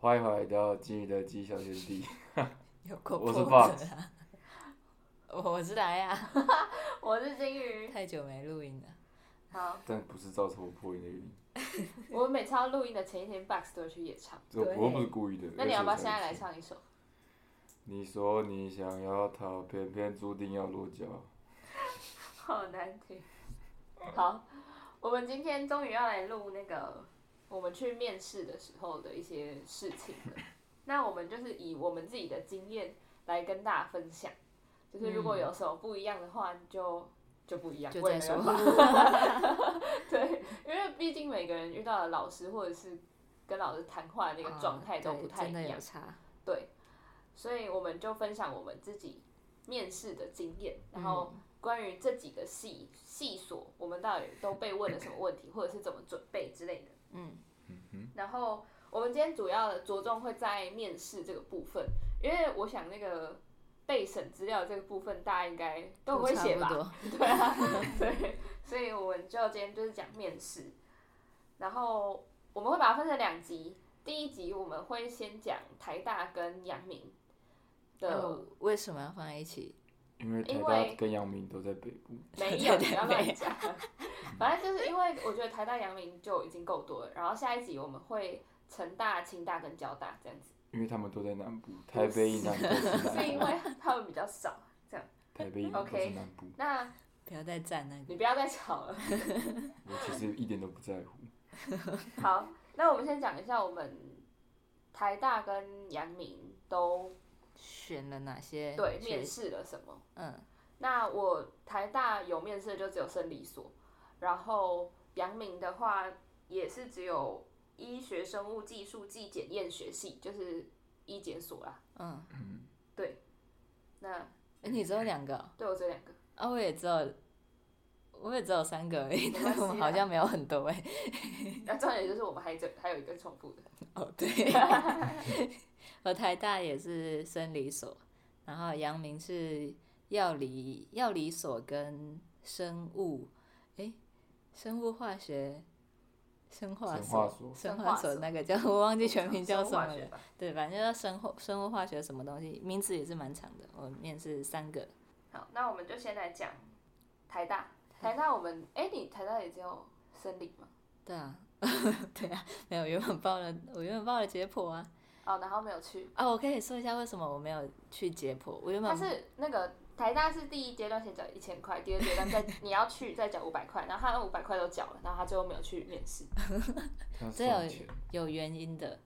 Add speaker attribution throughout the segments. Speaker 1: 欢迎回来到金鱼的鸡小天地。
Speaker 2: 有够
Speaker 1: 我
Speaker 2: 破
Speaker 1: 是
Speaker 2: 折
Speaker 1: Box
Speaker 2: 啊！ 我是莱亚，
Speaker 3: 我是金鱼。
Speaker 2: 太久没录音了。
Speaker 3: 好，
Speaker 1: 但不是造成我破音的原因，
Speaker 3: 我每次要录音的前一天，Box 都会去 夜唱。
Speaker 1: 这我
Speaker 2: 对
Speaker 1: 我又不是故意的。
Speaker 3: 那你要不要
Speaker 1: 而
Speaker 3: 现
Speaker 1: 且我才
Speaker 3: 在来 唱一首？
Speaker 1: 你说你想要逃，偏偏注定要落脚。
Speaker 3: 好难听。 好，我们今天终于要来录那个我们去面试的时候的一些事情 了。那我们就是以我们自己的经验来跟大家分享，就是如果有什么不一样的话，就就不一样，
Speaker 2: 嗯就
Speaker 3: 我也
Speaker 2: 再
Speaker 3: 没办
Speaker 2: 说
Speaker 3: 法 对，因为毕竟每个人遇到的老师或者是跟老师谈话哦的那个状态都
Speaker 2: 啊对
Speaker 3: 不太一
Speaker 2: 真的
Speaker 3: 样
Speaker 2: 有。差。
Speaker 3: 对，所以我们就分享我们自己面试的经验，然后
Speaker 2: 嗯
Speaker 3: 关于这几个系系所，我们到底都被问了什么问题，或者是怎么准备之类的。
Speaker 2: 嗯，
Speaker 3: 然后我们今天主要的着重会在面试这个部分，因为我想那个备审资料这个部分，大家应该都很会写吧？
Speaker 2: 都差
Speaker 3: 对啊，对，所以我们就今天就是讲面试，然后我们会把它分成两集，第一集我们会先讲台大跟阳明
Speaker 2: 不多。
Speaker 3: 的，
Speaker 2: 呃为什么要放在一起？
Speaker 1: 因为台
Speaker 3: 因
Speaker 1: 大
Speaker 3: 为
Speaker 1: 跟阳明都在北部，
Speaker 3: 没 有，
Speaker 2: 对
Speaker 3: 不要
Speaker 2: 没有
Speaker 3: 乱讲。反正就是因为我觉得台大、阳明就已经够多了，然后下一集我们会成大、清大跟交大这样子，
Speaker 1: 因为他们都在南部，台北以南都是
Speaker 3: 是因
Speaker 1: 南部，
Speaker 3: 为他们比较少。
Speaker 1: 台北以南都是
Speaker 3: OK
Speaker 1: 南部。
Speaker 3: 那
Speaker 2: 不要再站那个。
Speaker 3: 你不要再吵了。
Speaker 1: 我其实一点都不在乎。
Speaker 3: 好，那我们先讲一下我们台大跟阳明都
Speaker 2: 选了哪些
Speaker 3: 对
Speaker 2: 学
Speaker 3: 面
Speaker 2: 习？
Speaker 3: 试了什么。
Speaker 2: 嗯，
Speaker 3: 那我台大有面试的就只有生理所，然后阳明的话也是只有医学生物技术暨检验学系，就是医检所啦。
Speaker 2: 嗯，
Speaker 3: 那
Speaker 2: 诶你只有两个哦
Speaker 3: 对我这两个，
Speaker 2: 啊？我也只有，我也只有三个而已，
Speaker 3: 没关
Speaker 2: 但
Speaker 3: 系
Speaker 2: 我们
Speaker 3: 啊
Speaker 2: 好像没有很多哎。
Speaker 3: 那重点就是我们还这还有一个重复的，
Speaker 2: 哦， 对，我台大也是生理所，然后阳明是药理药理所跟生物，诶，生物化学。生化
Speaker 1: 生
Speaker 2: 所
Speaker 1: 化，所
Speaker 2: 生
Speaker 3: 生
Speaker 2: 化
Speaker 3: 化
Speaker 2: 所
Speaker 3: 所
Speaker 2: 那个叫我忘记全名叫什
Speaker 3: 生物
Speaker 2: 么
Speaker 3: 化学
Speaker 2: 了。
Speaker 3: 吧
Speaker 2: 对，反正叫生化生物化学什么东西，名字也是蛮长的。我面试三个，
Speaker 3: 好，那我们就先来讲台大。台大我们哎、你台大也只有生理吗？
Speaker 2: 对啊， 对啊，没有原本报了，我原本报了解剖啊。
Speaker 3: 哦，然后没有去，
Speaker 2: 啊，我可以说一下为什么我没有去解剖，我原
Speaker 3: 它
Speaker 2: 本
Speaker 3: 是那个台大是第一阶段先缴一千块，第二阶段再你要去再缴五百块，然后他那五百块都缴了，然后他最后没有去面试。
Speaker 1: 他送
Speaker 2: 这有
Speaker 1: 钱，
Speaker 2: 有原因的。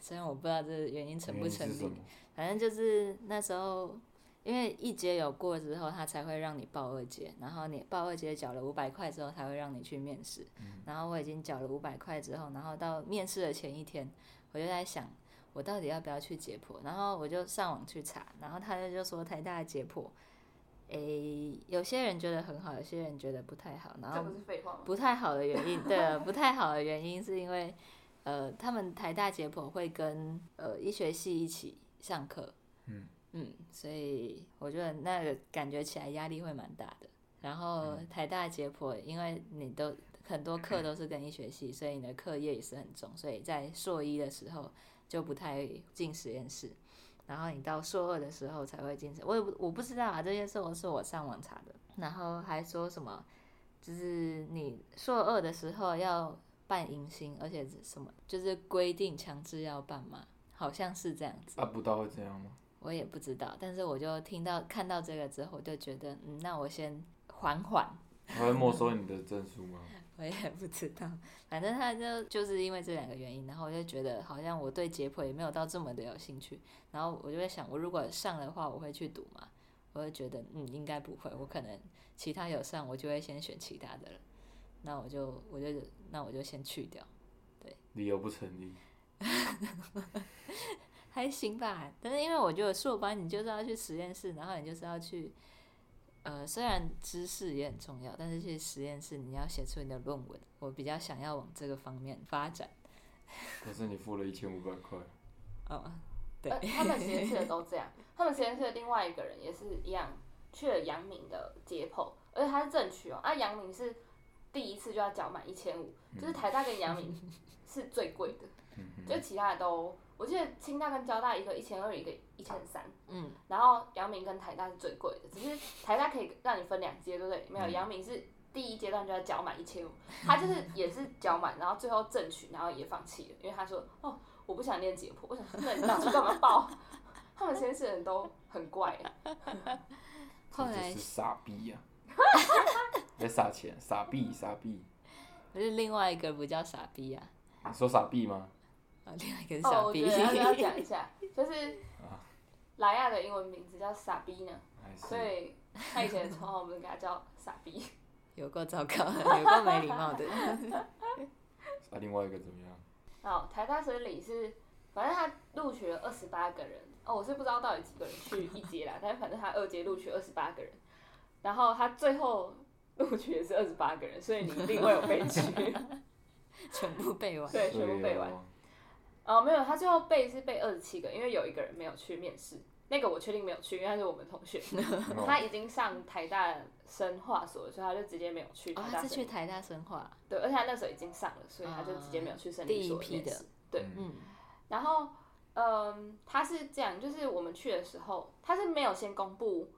Speaker 2: 虽然我不知道这原因成不成
Speaker 1: 嗯原因是什
Speaker 2: 立
Speaker 1: 么，？
Speaker 2: 反正就是那时候，因为一阶有过之后，他才会让你报二阶，然后你报二阶缴了五百块之后，才会让你去面试。
Speaker 1: 嗯
Speaker 2: 然后我已经缴了五百块之后，然后到面试的前一天，我就在想，我到底要不要去解剖？然后我就上网去查，然后他就说台大的解剖，诶，有些人觉得很好，有些人觉得不太好，然
Speaker 3: 这
Speaker 2: 后
Speaker 3: 不是废话吗？
Speaker 2: 不太好的原因，对了，不太好的原因是因为，呃，他们台大解剖会跟呃医学系一起上课，
Speaker 1: 嗯
Speaker 2: 所以我觉得那个感觉起来压力会蛮大的。然后台大解剖，因为你都很多课都是跟医学系，所以你的课业也是很重，所以在硕一的时候就不太进实验室。然后你到硕二的时候才会进实，我也不我不知道啊，这些事我是我上网查的。然后还说什么就是你硕二的时候要办迎新，而且是什么就是规定强制要办嘛，好像是这样子，
Speaker 1: 啊，不到会这样吗？
Speaker 2: 我也不知道。但是我就听到看到这个之后，我就觉得，嗯，那我先缓缓。
Speaker 1: 他会没收你的证书吗？
Speaker 2: 我也不知道，反正他就就是因为这两个原因，然后我就觉得好像我对解剖也没有到这么的有兴趣，然后我就在想，我如果上的话，我会去读嘛？我就觉得嗯，应该不会，我可能其他有上，我就会先选其他的了。那我就我就那我就先去掉，
Speaker 1: 理由不成立。
Speaker 2: 还行吧。但是因为我觉得硕班你就是要去实验室，然后你就是要去，呃，虽然知识也很重要，但是去实验室你要写出你的论文，我比较想要往这个方面发展。
Speaker 1: 可是你付了一千五百块，
Speaker 2: 哦，对，
Speaker 3: 呃，他们实验室的都这样。他们实验室的另外一个人也是一样，去了阳明的解剖，而且他是正取哦。啊，阳明是第一次就要缴满一千五，就是台大跟阳明是最贵的，
Speaker 1: 嗯哼，
Speaker 3: 就其他的都，我记得清大跟交大一个一千二，一个一千三，
Speaker 2: 嗯，
Speaker 3: 然后阳明跟台大是最贵的，只是台大可以让你分两阶，对不对？没有，
Speaker 1: 嗯
Speaker 3: 阳明是第一阶段就要缴满一千五，他就是也是缴满，然后最后争取，然后也放弃了，因为他说哦，我不想练解剖，我想那你当初干嘛报？ 他们实验室的人都很怪，
Speaker 2: 后
Speaker 1: 这
Speaker 2: 来
Speaker 1: 就是傻逼呀、在撒钱，傻逼傻逼，
Speaker 2: 可是另外一个不叫傻逼啊，
Speaker 1: 你说傻逼吗？
Speaker 2: 啊，另外一个是
Speaker 3: 哦，
Speaker 2: 傻
Speaker 3: 我
Speaker 2: 逼
Speaker 3: 觉。得要讲一下， 就是莱亚的英文名字叫傻逼呢，
Speaker 1: 还啊是
Speaker 3: 所以他以前的绰号我们给他叫傻逼。
Speaker 2: 有够糟糕 的，有够没礼貌的。
Speaker 1: 啊，另外一个怎么样？
Speaker 3: 然后哦台大生理是，反正他录取了二十八个人，哦，我是不知道到底几个人去一阶啦， 但反正他二阶录取二十八个人，然后他最后录取也是二十八个人，所以你一定会有被 取。
Speaker 2: 全部背 完。
Speaker 3: 对，全部背完。哦，没有，他最后背是背二十七个，因为有一个人没有去面试，那个我确定没有去，因为他是我们同学，
Speaker 1: 哦
Speaker 3: 他已经上台大生化所了，所以他就直接没有去
Speaker 2: 哦
Speaker 3: 台，大
Speaker 2: 他
Speaker 3: 生
Speaker 2: 是去
Speaker 3: 理。
Speaker 2: 台大生化，
Speaker 3: 对，而且他那时候已经上了，所以他就直接没有去生理
Speaker 2: 哦第一
Speaker 3: 所
Speaker 2: 批
Speaker 3: 面
Speaker 2: 的
Speaker 3: 试。对，
Speaker 2: 嗯，
Speaker 3: 然后，嗯，他是这样，就是我们去的时候，他是没有先公布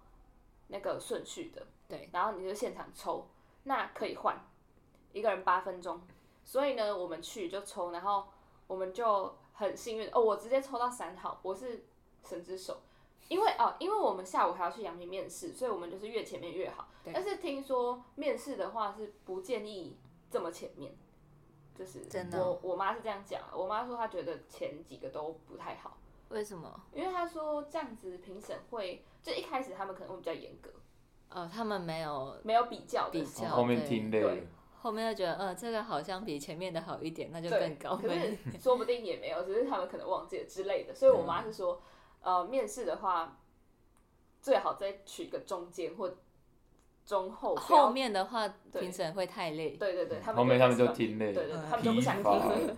Speaker 3: 那个顺序的，
Speaker 2: 对，
Speaker 3: 然后你就现场抽，那可以换一个人八分钟，所以呢，我们去就抽，然后我们就很幸运哦，我直接抽到三号，我是神之手，因为哦，因为我们下午还要去阳明面试，所以我们就是越前面越好，
Speaker 2: 对
Speaker 3: 但是听说面试的话是不建议这么前面。就是
Speaker 2: 真的
Speaker 3: 我我妈是这样讲，啊我妈说她觉得前几个都不太好，
Speaker 2: 为什么？
Speaker 3: 因为她说这样子评审会，就一开始他们可能会比较严格，
Speaker 2: 哦，他们没有，
Speaker 3: 没有比较的
Speaker 2: 比
Speaker 3: 时
Speaker 1: 我
Speaker 2: 较
Speaker 3: 候
Speaker 1: 后面听累了
Speaker 3: 对，
Speaker 2: 后面又觉得，嗯，这个好像比前面的好一点，那就
Speaker 3: 对
Speaker 2: 更高
Speaker 3: 可
Speaker 2: 分。
Speaker 3: 是 说不定也没有，只是他们可能忘记了之类的。所以我妈是说，呃，面试的话，最好再取一个中间或中后。不要
Speaker 2: 后面的话，
Speaker 3: 对
Speaker 2: 评审会太累。
Speaker 3: 对对对，他们
Speaker 1: 后面他们就
Speaker 3: 开始
Speaker 1: 听累
Speaker 3: 对
Speaker 1: 了，
Speaker 3: 对，
Speaker 2: 嗯
Speaker 3: 他们就不想听
Speaker 1: 疲
Speaker 3: 了
Speaker 1: 乏。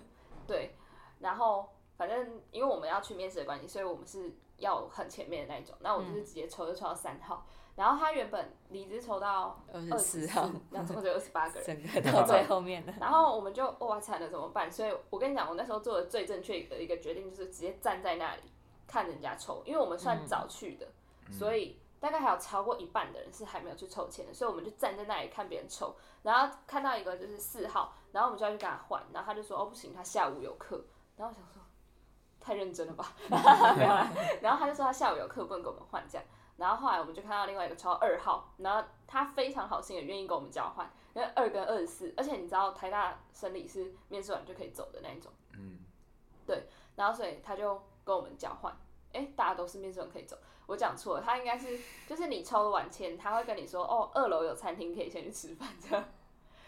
Speaker 3: 对，然后反正因为我们要去面试的关系，所以我们是要很前面的那一种。那我
Speaker 2: 嗯
Speaker 3: 就是直接抽就抽到三号，然后他原本李直抽到
Speaker 2: 二
Speaker 3: 二
Speaker 2: 十
Speaker 3: 十
Speaker 2: 四
Speaker 3: 四
Speaker 2: 号，，
Speaker 3: 然后就二十八个人。
Speaker 2: 整个到最后面了。
Speaker 3: 然后我们就哇惨了怎么办？所以我跟你讲，我那时候做的最正确的一个决定就是直接站在那里看人家抽，因为我们算早去的，所以大概还有超过一半的人是还没有去抽签的，所以我们就站在那里看别人抽，然后看到一个就是四号，然后我们就要去跟他换，然后他就说哦不行，他下午有课，然后我想说太认真了吧，没有啦，然后他就说他下午有课不能跟我们换这样。然后后来我们就看到另外一个抽到二号，然后他非常好心的愿意跟我们交换，因为二跟二十四，而且你知道台大生理是面试完就可以走的那一种，
Speaker 1: 嗯，
Speaker 3: 然后所以他就跟我们交换，诶，大家都是面试完可以走，我讲错了，他应该是就是你抽完签，他会跟你说哦，二楼有餐厅可以先去吃饭这样，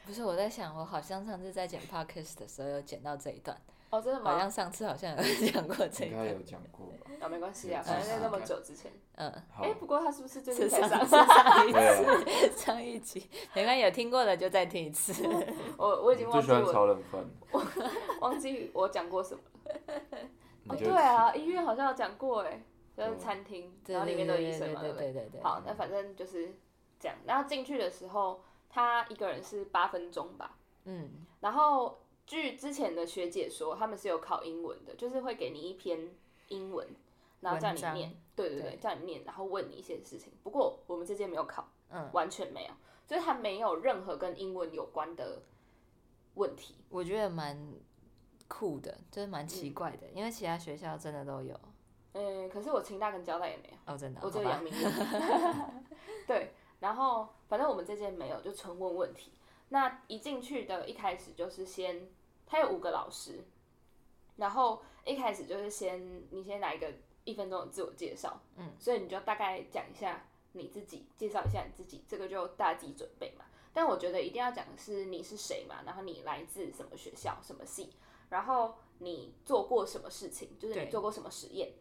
Speaker 2: 不是，我在想，我好像上次在剪 podcast 的时候有剪到这一段，
Speaker 3: 哦真的
Speaker 2: 好
Speaker 3: 吗？
Speaker 2: 像上次好像有讲过这一
Speaker 1: 应该
Speaker 2: 段。
Speaker 1: 有讲过吧？
Speaker 3: 啊没关系啊，反正在那么久之前，
Speaker 2: 嗯，
Speaker 1: 好
Speaker 3: 诶，，哎不过他是 不是最
Speaker 2: 是
Speaker 3: 近才
Speaker 2: 上
Speaker 3: 上
Speaker 2: 是？上一
Speaker 1: 对啊
Speaker 2: 次 上一集，没关系，有听过的就再听一次。
Speaker 3: 我我已经
Speaker 1: 最
Speaker 3: 忘记
Speaker 1: 喜欢
Speaker 3: 我
Speaker 1: 炒冷饭，
Speaker 3: 忘记我讲过什么。
Speaker 1: 你
Speaker 3: 哦，
Speaker 1: 就
Speaker 3: 对啊，医院好像有讲过哎，就是
Speaker 1: 对
Speaker 3: 餐厅，
Speaker 2: 对
Speaker 3: 然后里面都有医生嘛，
Speaker 2: 对
Speaker 3: 不
Speaker 2: 对对对。
Speaker 3: 好，那反正就是这样。然后进去的时候，他一个人是八分钟吧。
Speaker 2: 嗯，
Speaker 3: 然后据之前的学姐说，他们是有考英文的，就是会给你一篇英文，然后叫
Speaker 2: 文章
Speaker 3: 你念，对对对，
Speaker 2: 对
Speaker 3: 叫你念，然后问你一些事情。不过我们这届没有考，
Speaker 2: 嗯，
Speaker 3: 完全没有，就是他没有任何跟英文有关的问题。
Speaker 2: 我觉得蛮酷的，就是蛮奇怪的，因为其他学校真的都有
Speaker 3: 嗯，可是我清大跟交大也没有。
Speaker 2: 哦，真的。
Speaker 3: 我只
Speaker 2: 好
Speaker 3: 有
Speaker 2: 吧
Speaker 3: 阳，明面。 对，然后反正我们这届没有，就纯问问题。那一进去的一开始就是先，他有五个老师，然后一开始就是先你先来一个一分钟的自我介绍，嗯，所以你就大概讲一下你自己，介绍一下你自己，这个就大家自己准备嘛。但我觉得一定要讲的是你是谁嘛，然后你来自什么学校、什么系，然后你做过什么事情，就是你
Speaker 2: 对
Speaker 3: 做过什么实验，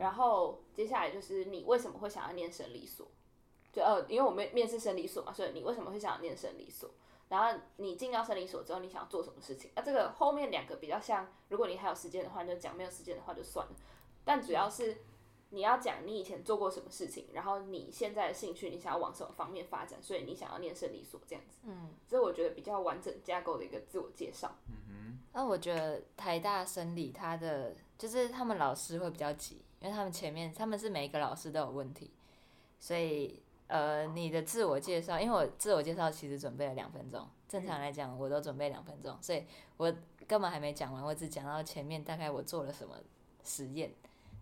Speaker 3: 然后接下来就是你为什么会想要念生理所？就呃，因为我们面试生理所嘛，所以你为什么会想要念生理所？然后你进到生理所之后，你想要做什么事情？啊那、这个后面两个比较像，如果你还有时间的话你就讲，没有时间的话就算了。但主要是你要讲你以前做过什么事情，然后你现在的兴趣，你想要往什么方面发展，所以你想要念生理所这样子。
Speaker 2: 嗯，
Speaker 3: 这我觉得比较完整架构的一个自我介绍。
Speaker 1: 嗯
Speaker 2: 那我觉得台大生理它的就是他们老师会比较急，因为他们前面他们是每一个老师都有问题，所以呃，你的自我介绍，因为我自我介绍其实准备了两分钟，正常来讲我都准备两分钟，所以我根本还没讲完，我只讲到前面大概我做了什么实验，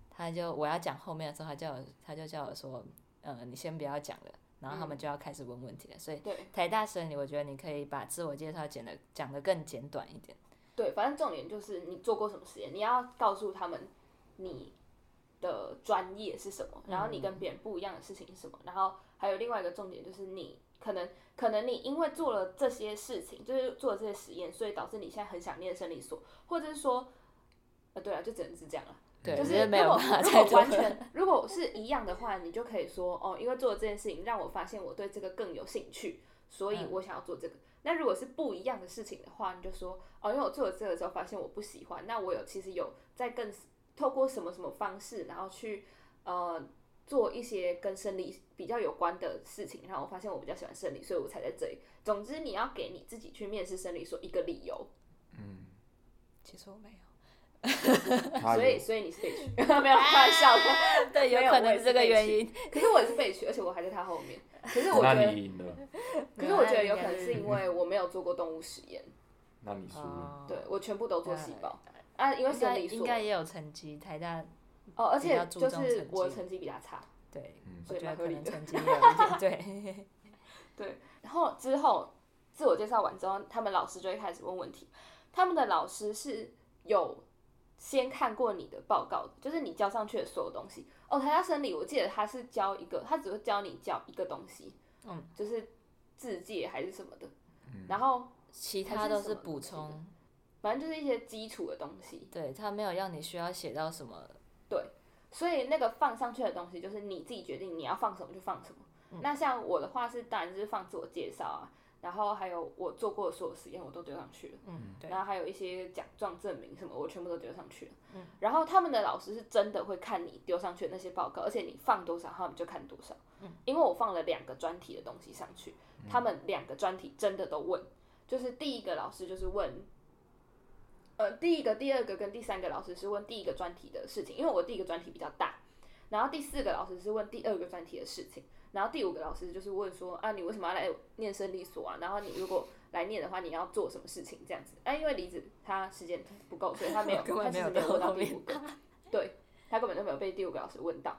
Speaker 2: 他就我要讲后面的时候，他叫我他就叫我说，呃，你先不要讲了，然后他们就要开始问问题了，所以
Speaker 3: 对
Speaker 2: 台大生理，我觉得你可以把自我介绍简的讲的更简短一点。
Speaker 3: 对，反正重点就是你做过什么实验，你要告诉他们你的专业是什么，然后你跟别人不一样的事情是什么，然后还有另外一个重点就是你可能可能你因为做了这些事情，就是做了这些实验，所以导致你现在很想念生理所，或者是说，呃，对啊，就只能是这样了。
Speaker 2: 对，
Speaker 3: 就
Speaker 2: 我觉
Speaker 3: 是
Speaker 2: 得没有
Speaker 3: 如果
Speaker 2: 办法
Speaker 3: 如
Speaker 2: 再
Speaker 3: 果
Speaker 2: 多
Speaker 3: 完
Speaker 2: 了。
Speaker 3: 全如果是一样的话，你就可以说哦，因为做了这件事情让我发现我对这个更有兴趣，所以
Speaker 2: 嗯
Speaker 3: 我想要做这个。那如果是不一样的事情的话，你就说哦，因为我做了这个之后发现我不喜欢，那我有其实有在更透过什么什么方式，然后去呃做一些跟生理比较有关的事情，然后我发现我比较喜欢生理，所以我才在这里。总之，你要给你自己去面试生理所一个理由，
Speaker 1: 哼，嗯，
Speaker 2: 其实我 没有，
Speaker 1: 他
Speaker 3: 所以
Speaker 1: 有
Speaker 3: 所以你是被 取，没有开玩笑的。
Speaker 2: 对，
Speaker 3: 没
Speaker 2: 有
Speaker 3: 有
Speaker 2: 可
Speaker 3: 我
Speaker 2: 能
Speaker 3: 也
Speaker 2: 是
Speaker 3: 是
Speaker 2: 这个
Speaker 3: 被
Speaker 2: 原
Speaker 3: 取
Speaker 2: 因。
Speaker 3: 可是我也是被取，而且我还在他后面。可是我觉
Speaker 1: 那
Speaker 3: 得，
Speaker 1: 你赢了，
Speaker 3: 可是我觉得有可能是因为
Speaker 2: 嗯
Speaker 3: 我没有做过动物实验，
Speaker 1: 那你输了，
Speaker 3: 对我全部都做细胞啊，因为
Speaker 2: 应
Speaker 3: 生
Speaker 2: 该
Speaker 3: 理所
Speaker 2: 应该也有成绩，台大
Speaker 3: 哦，而
Speaker 2: 比
Speaker 3: 且
Speaker 2: 较注
Speaker 3: 就
Speaker 2: 重成绩
Speaker 3: 是我的成绩比他差。
Speaker 2: 对，
Speaker 1: 嗯
Speaker 2: 我
Speaker 3: 所以
Speaker 2: 觉得
Speaker 3: 蛮合
Speaker 2: 可
Speaker 3: 理
Speaker 2: 能
Speaker 3: 的
Speaker 2: 成绩有一点对，
Speaker 3: 然后之后自我介绍完之后，他们老师就会开始问问题。他们的老师是有先看过你的报告的，就是你交上去的所有东西。哦，台大生理，我记得他是教一个，他只会教你教一个东西，
Speaker 2: 嗯，
Speaker 3: 就是自介还是什么的。
Speaker 1: 嗯
Speaker 3: 然后
Speaker 2: 其
Speaker 3: 还
Speaker 2: 他
Speaker 3: 是
Speaker 2: 都
Speaker 3: 什
Speaker 2: 是
Speaker 3: 么
Speaker 2: 补
Speaker 3: 东西的
Speaker 2: 充，
Speaker 3: 反正就是一些基础的东西，
Speaker 2: 对他没有让你需要写到什么，
Speaker 3: 所以那个放上去的东西就是你自己决定你要放什么就放什么。那像我的话是，当然就是放自我介绍啊，然后还有我做过的所有实验我都丢上去了，
Speaker 2: 嗯，对
Speaker 3: 然，后还有一些奖状证明什么我全部都丢上去了。然后他们的老师是真的会看你丢上去的那些报告，而且你放多少他们就看多少。因为我放了两个专题的东西上去，他们两个专题真的都问，就是第一个老师就是问呃，第一个、第二个跟第三个老师是问第一个专题的事情，因为我第一个专题比较大，然后第四个老师是问第二个专题的事情，然后第五个老师就是问说啊，你为什么要来念生理所啊？然后你如果来念的话，你要做什么事情这样子？啊，因为离子他时间不够，所以他 没有，
Speaker 2: 根
Speaker 3: 他
Speaker 2: 本
Speaker 3: 其
Speaker 2: 没
Speaker 3: 实
Speaker 2: 有
Speaker 3: 没有问
Speaker 2: 到
Speaker 3: 到
Speaker 2: 后
Speaker 3: 第
Speaker 2: 面
Speaker 3: 五个，对他根本就没有被第五个老师问到。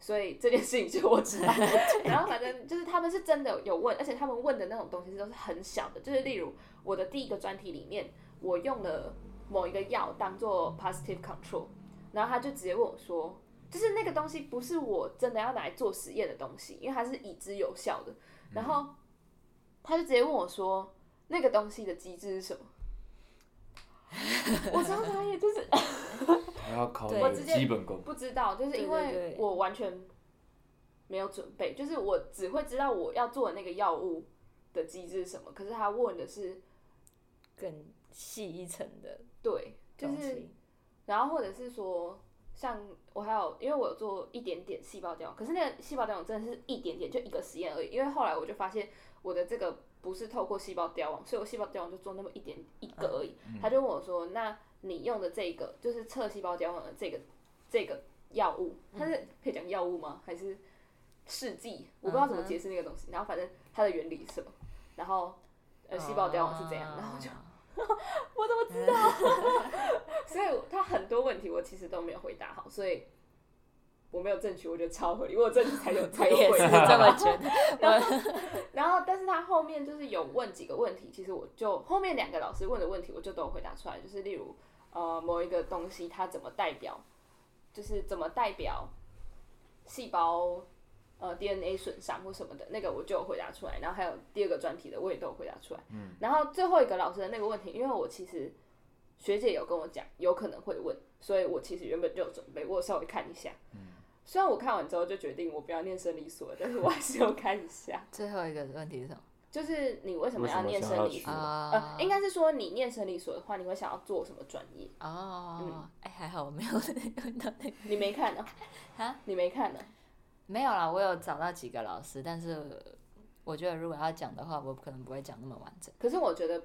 Speaker 3: 所以这件事情就我知道， 然后反正就是他们是真的有问，而且他们问的那种东西都是很小的，就是例如我的第一个专题里面，我用了某一个药当做 positive control，然后他就直接问我说，就是那个东西不是我真的要拿来做实验的东西，因为它是已知有效的，
Speaker 2: 嗯
Speaker 3: 然后他就直接问我说，那个东西的机制是什么？ 我常常 也就是
Speaker 1: 他要考你
Speaker 2: 对
Speaker 1: 的基本功，
Speaker 3: 不知道，就是
Speaker 2: 对对
Speaker 3: 因为
Speaker 2: 对
Speaker 3: 我完全没有准备，就是我只会知道我要做的那个药物的机制是什么。可是他问的是
Speaker 2: 更细一层的
Speaker 3: 对，就
Speaker 2: 东
Speaker 3: 是
Speaker 2: 西，
Speaker 3: 然后或者是说，像我还有，因为我有做一点点细胞调可是那个细胞调往真的是一点点，就一个实验而已。因为后来我就发现我的这个不是透过细胞凋亡，所以我细胞凋亡就做那么一点一个而已。他就问我说：“那你用的这个就是测细胞凋亡的这个这个药物，它是可以讲药物吗？还是试剂？我不知道怎么
Speaker 2: 嗯哼
Speaker 3: 解释那个东西。然后反正它的原理是什么，然后呃细胞凋亡是怎样，然后 就。”
Speaker 2: 啊
Speaker 3: 我怎么知道？所以他很多问题我其实都没有回答好，所以我没有正取，我觉得超合理，我有正取才有才
Speaker 2: 我
Speaker 3: 有
Speaker 2: 也
Speaker 3: 回
Speaker 2: 是
Speaker 3: 答。
Speaker 2: 这么觉得，
Speaker 3: 然后，但是他后面就是有问几个问题，其实我就后面两个老师问的问题我就都有回答出来，就是例如呃某一个东西它怎么代表，就是怎么代表细胞。呃，DNA 损伤或什么的那个我就有回答出来，然后还有第二个专题的我也都有回答出来，嗯，然后最后一个老师的那个问题，因为我其实学姐有跟我讲有可能会问，所以我其实原本就有准备，我有稍微看一下，嗯，虽然我看完之后就决定我不要念生理所，但是我还是有看一下，
Speaker 2: 最后一个问题是什么？
Speaker 3: 就是你为什么
Speaker 1: 为什
Speaker 3: 要
Speaker 1: 么
Speaker 3: 念
Speaker 1: 想
Speaker 3: 生
Speaker 1: 要
Speaker 3: 理
Speaker 1: 去
Speaker 3: 所？
Speaker 2: 啊
Speaker 3: 呃，应该是说你念生理所的话，你会想要做什么专业？
Speaker 2: 哦
Speaker 3: 嗯，
Speaker 2: 哎、还好我没有 问到那个
Speaker 3: 你没看呢、
Speaker 2: 啊，
Speaker 3: 你没看呢、
Speaker 2: 没有啦，我有找到几个老师，但是我觉得如果要讲的话，我可能不会讲那么完整。
Speaker 3: 可是我觉得，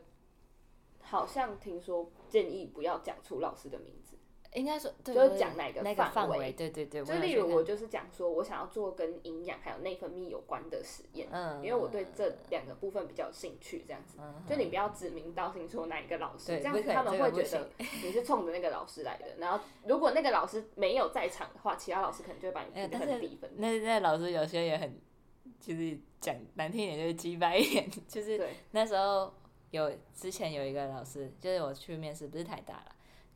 Speaker 3: 好像听说建议不要讲出老师的名字，
Speaker 2: 应该说，对
Speaker 3: 就是
Speaker 2: 对
Speaker 3: 讲哪个
Speaker 2: 那个
Speaker 3: 范
Speaker 2: 范
Speaker 3: 围
Speaker 2: 围，对对对，
Speaker 3: 就
Speaker 2: 有
Speaker 3: 例
Speaker 2: 去
Speaker 3: 如我
Speaker 2: 看，
Speaker 3: 就是讲说我想要做跟营养还有内分泌有关的实验，
Speaker 2: 嗯，
Speaker 3: 因为我对这两个部分比较有兴趣，这样子。
Speaker 2: 嗯，
Speaker 3: 就你不要指名道姓说哪一个老师，
Speaker 2: 对
Speaker 3: 这样
Speaker 2: 不
Speaker 3: 子
Speaker 2: 可以
Speaker 3: 他们
Speaker 2: 这个
Speaker 3: 会
Speaker 2: 不
Speaker 3: 觉
Speaker 2: 行
Speaker 3: 得 你是冲着那个老师来的。然后如果那个老师没有在场的话，其他老师可能就会把你
Speaker 2: 哎
Speaker 3: 评得
Speaker 2: 但
Speaker 3: 很
Speaker 2: 是
Speaker 3: 低分。
Speaker 2: 那那老师有些也很，就是讲难听一点就是鸡掰一点， 就是
Speaker 3: 对，
Speaker 2: 那时候有之前有一个老师，就是我去面试，不是太大了，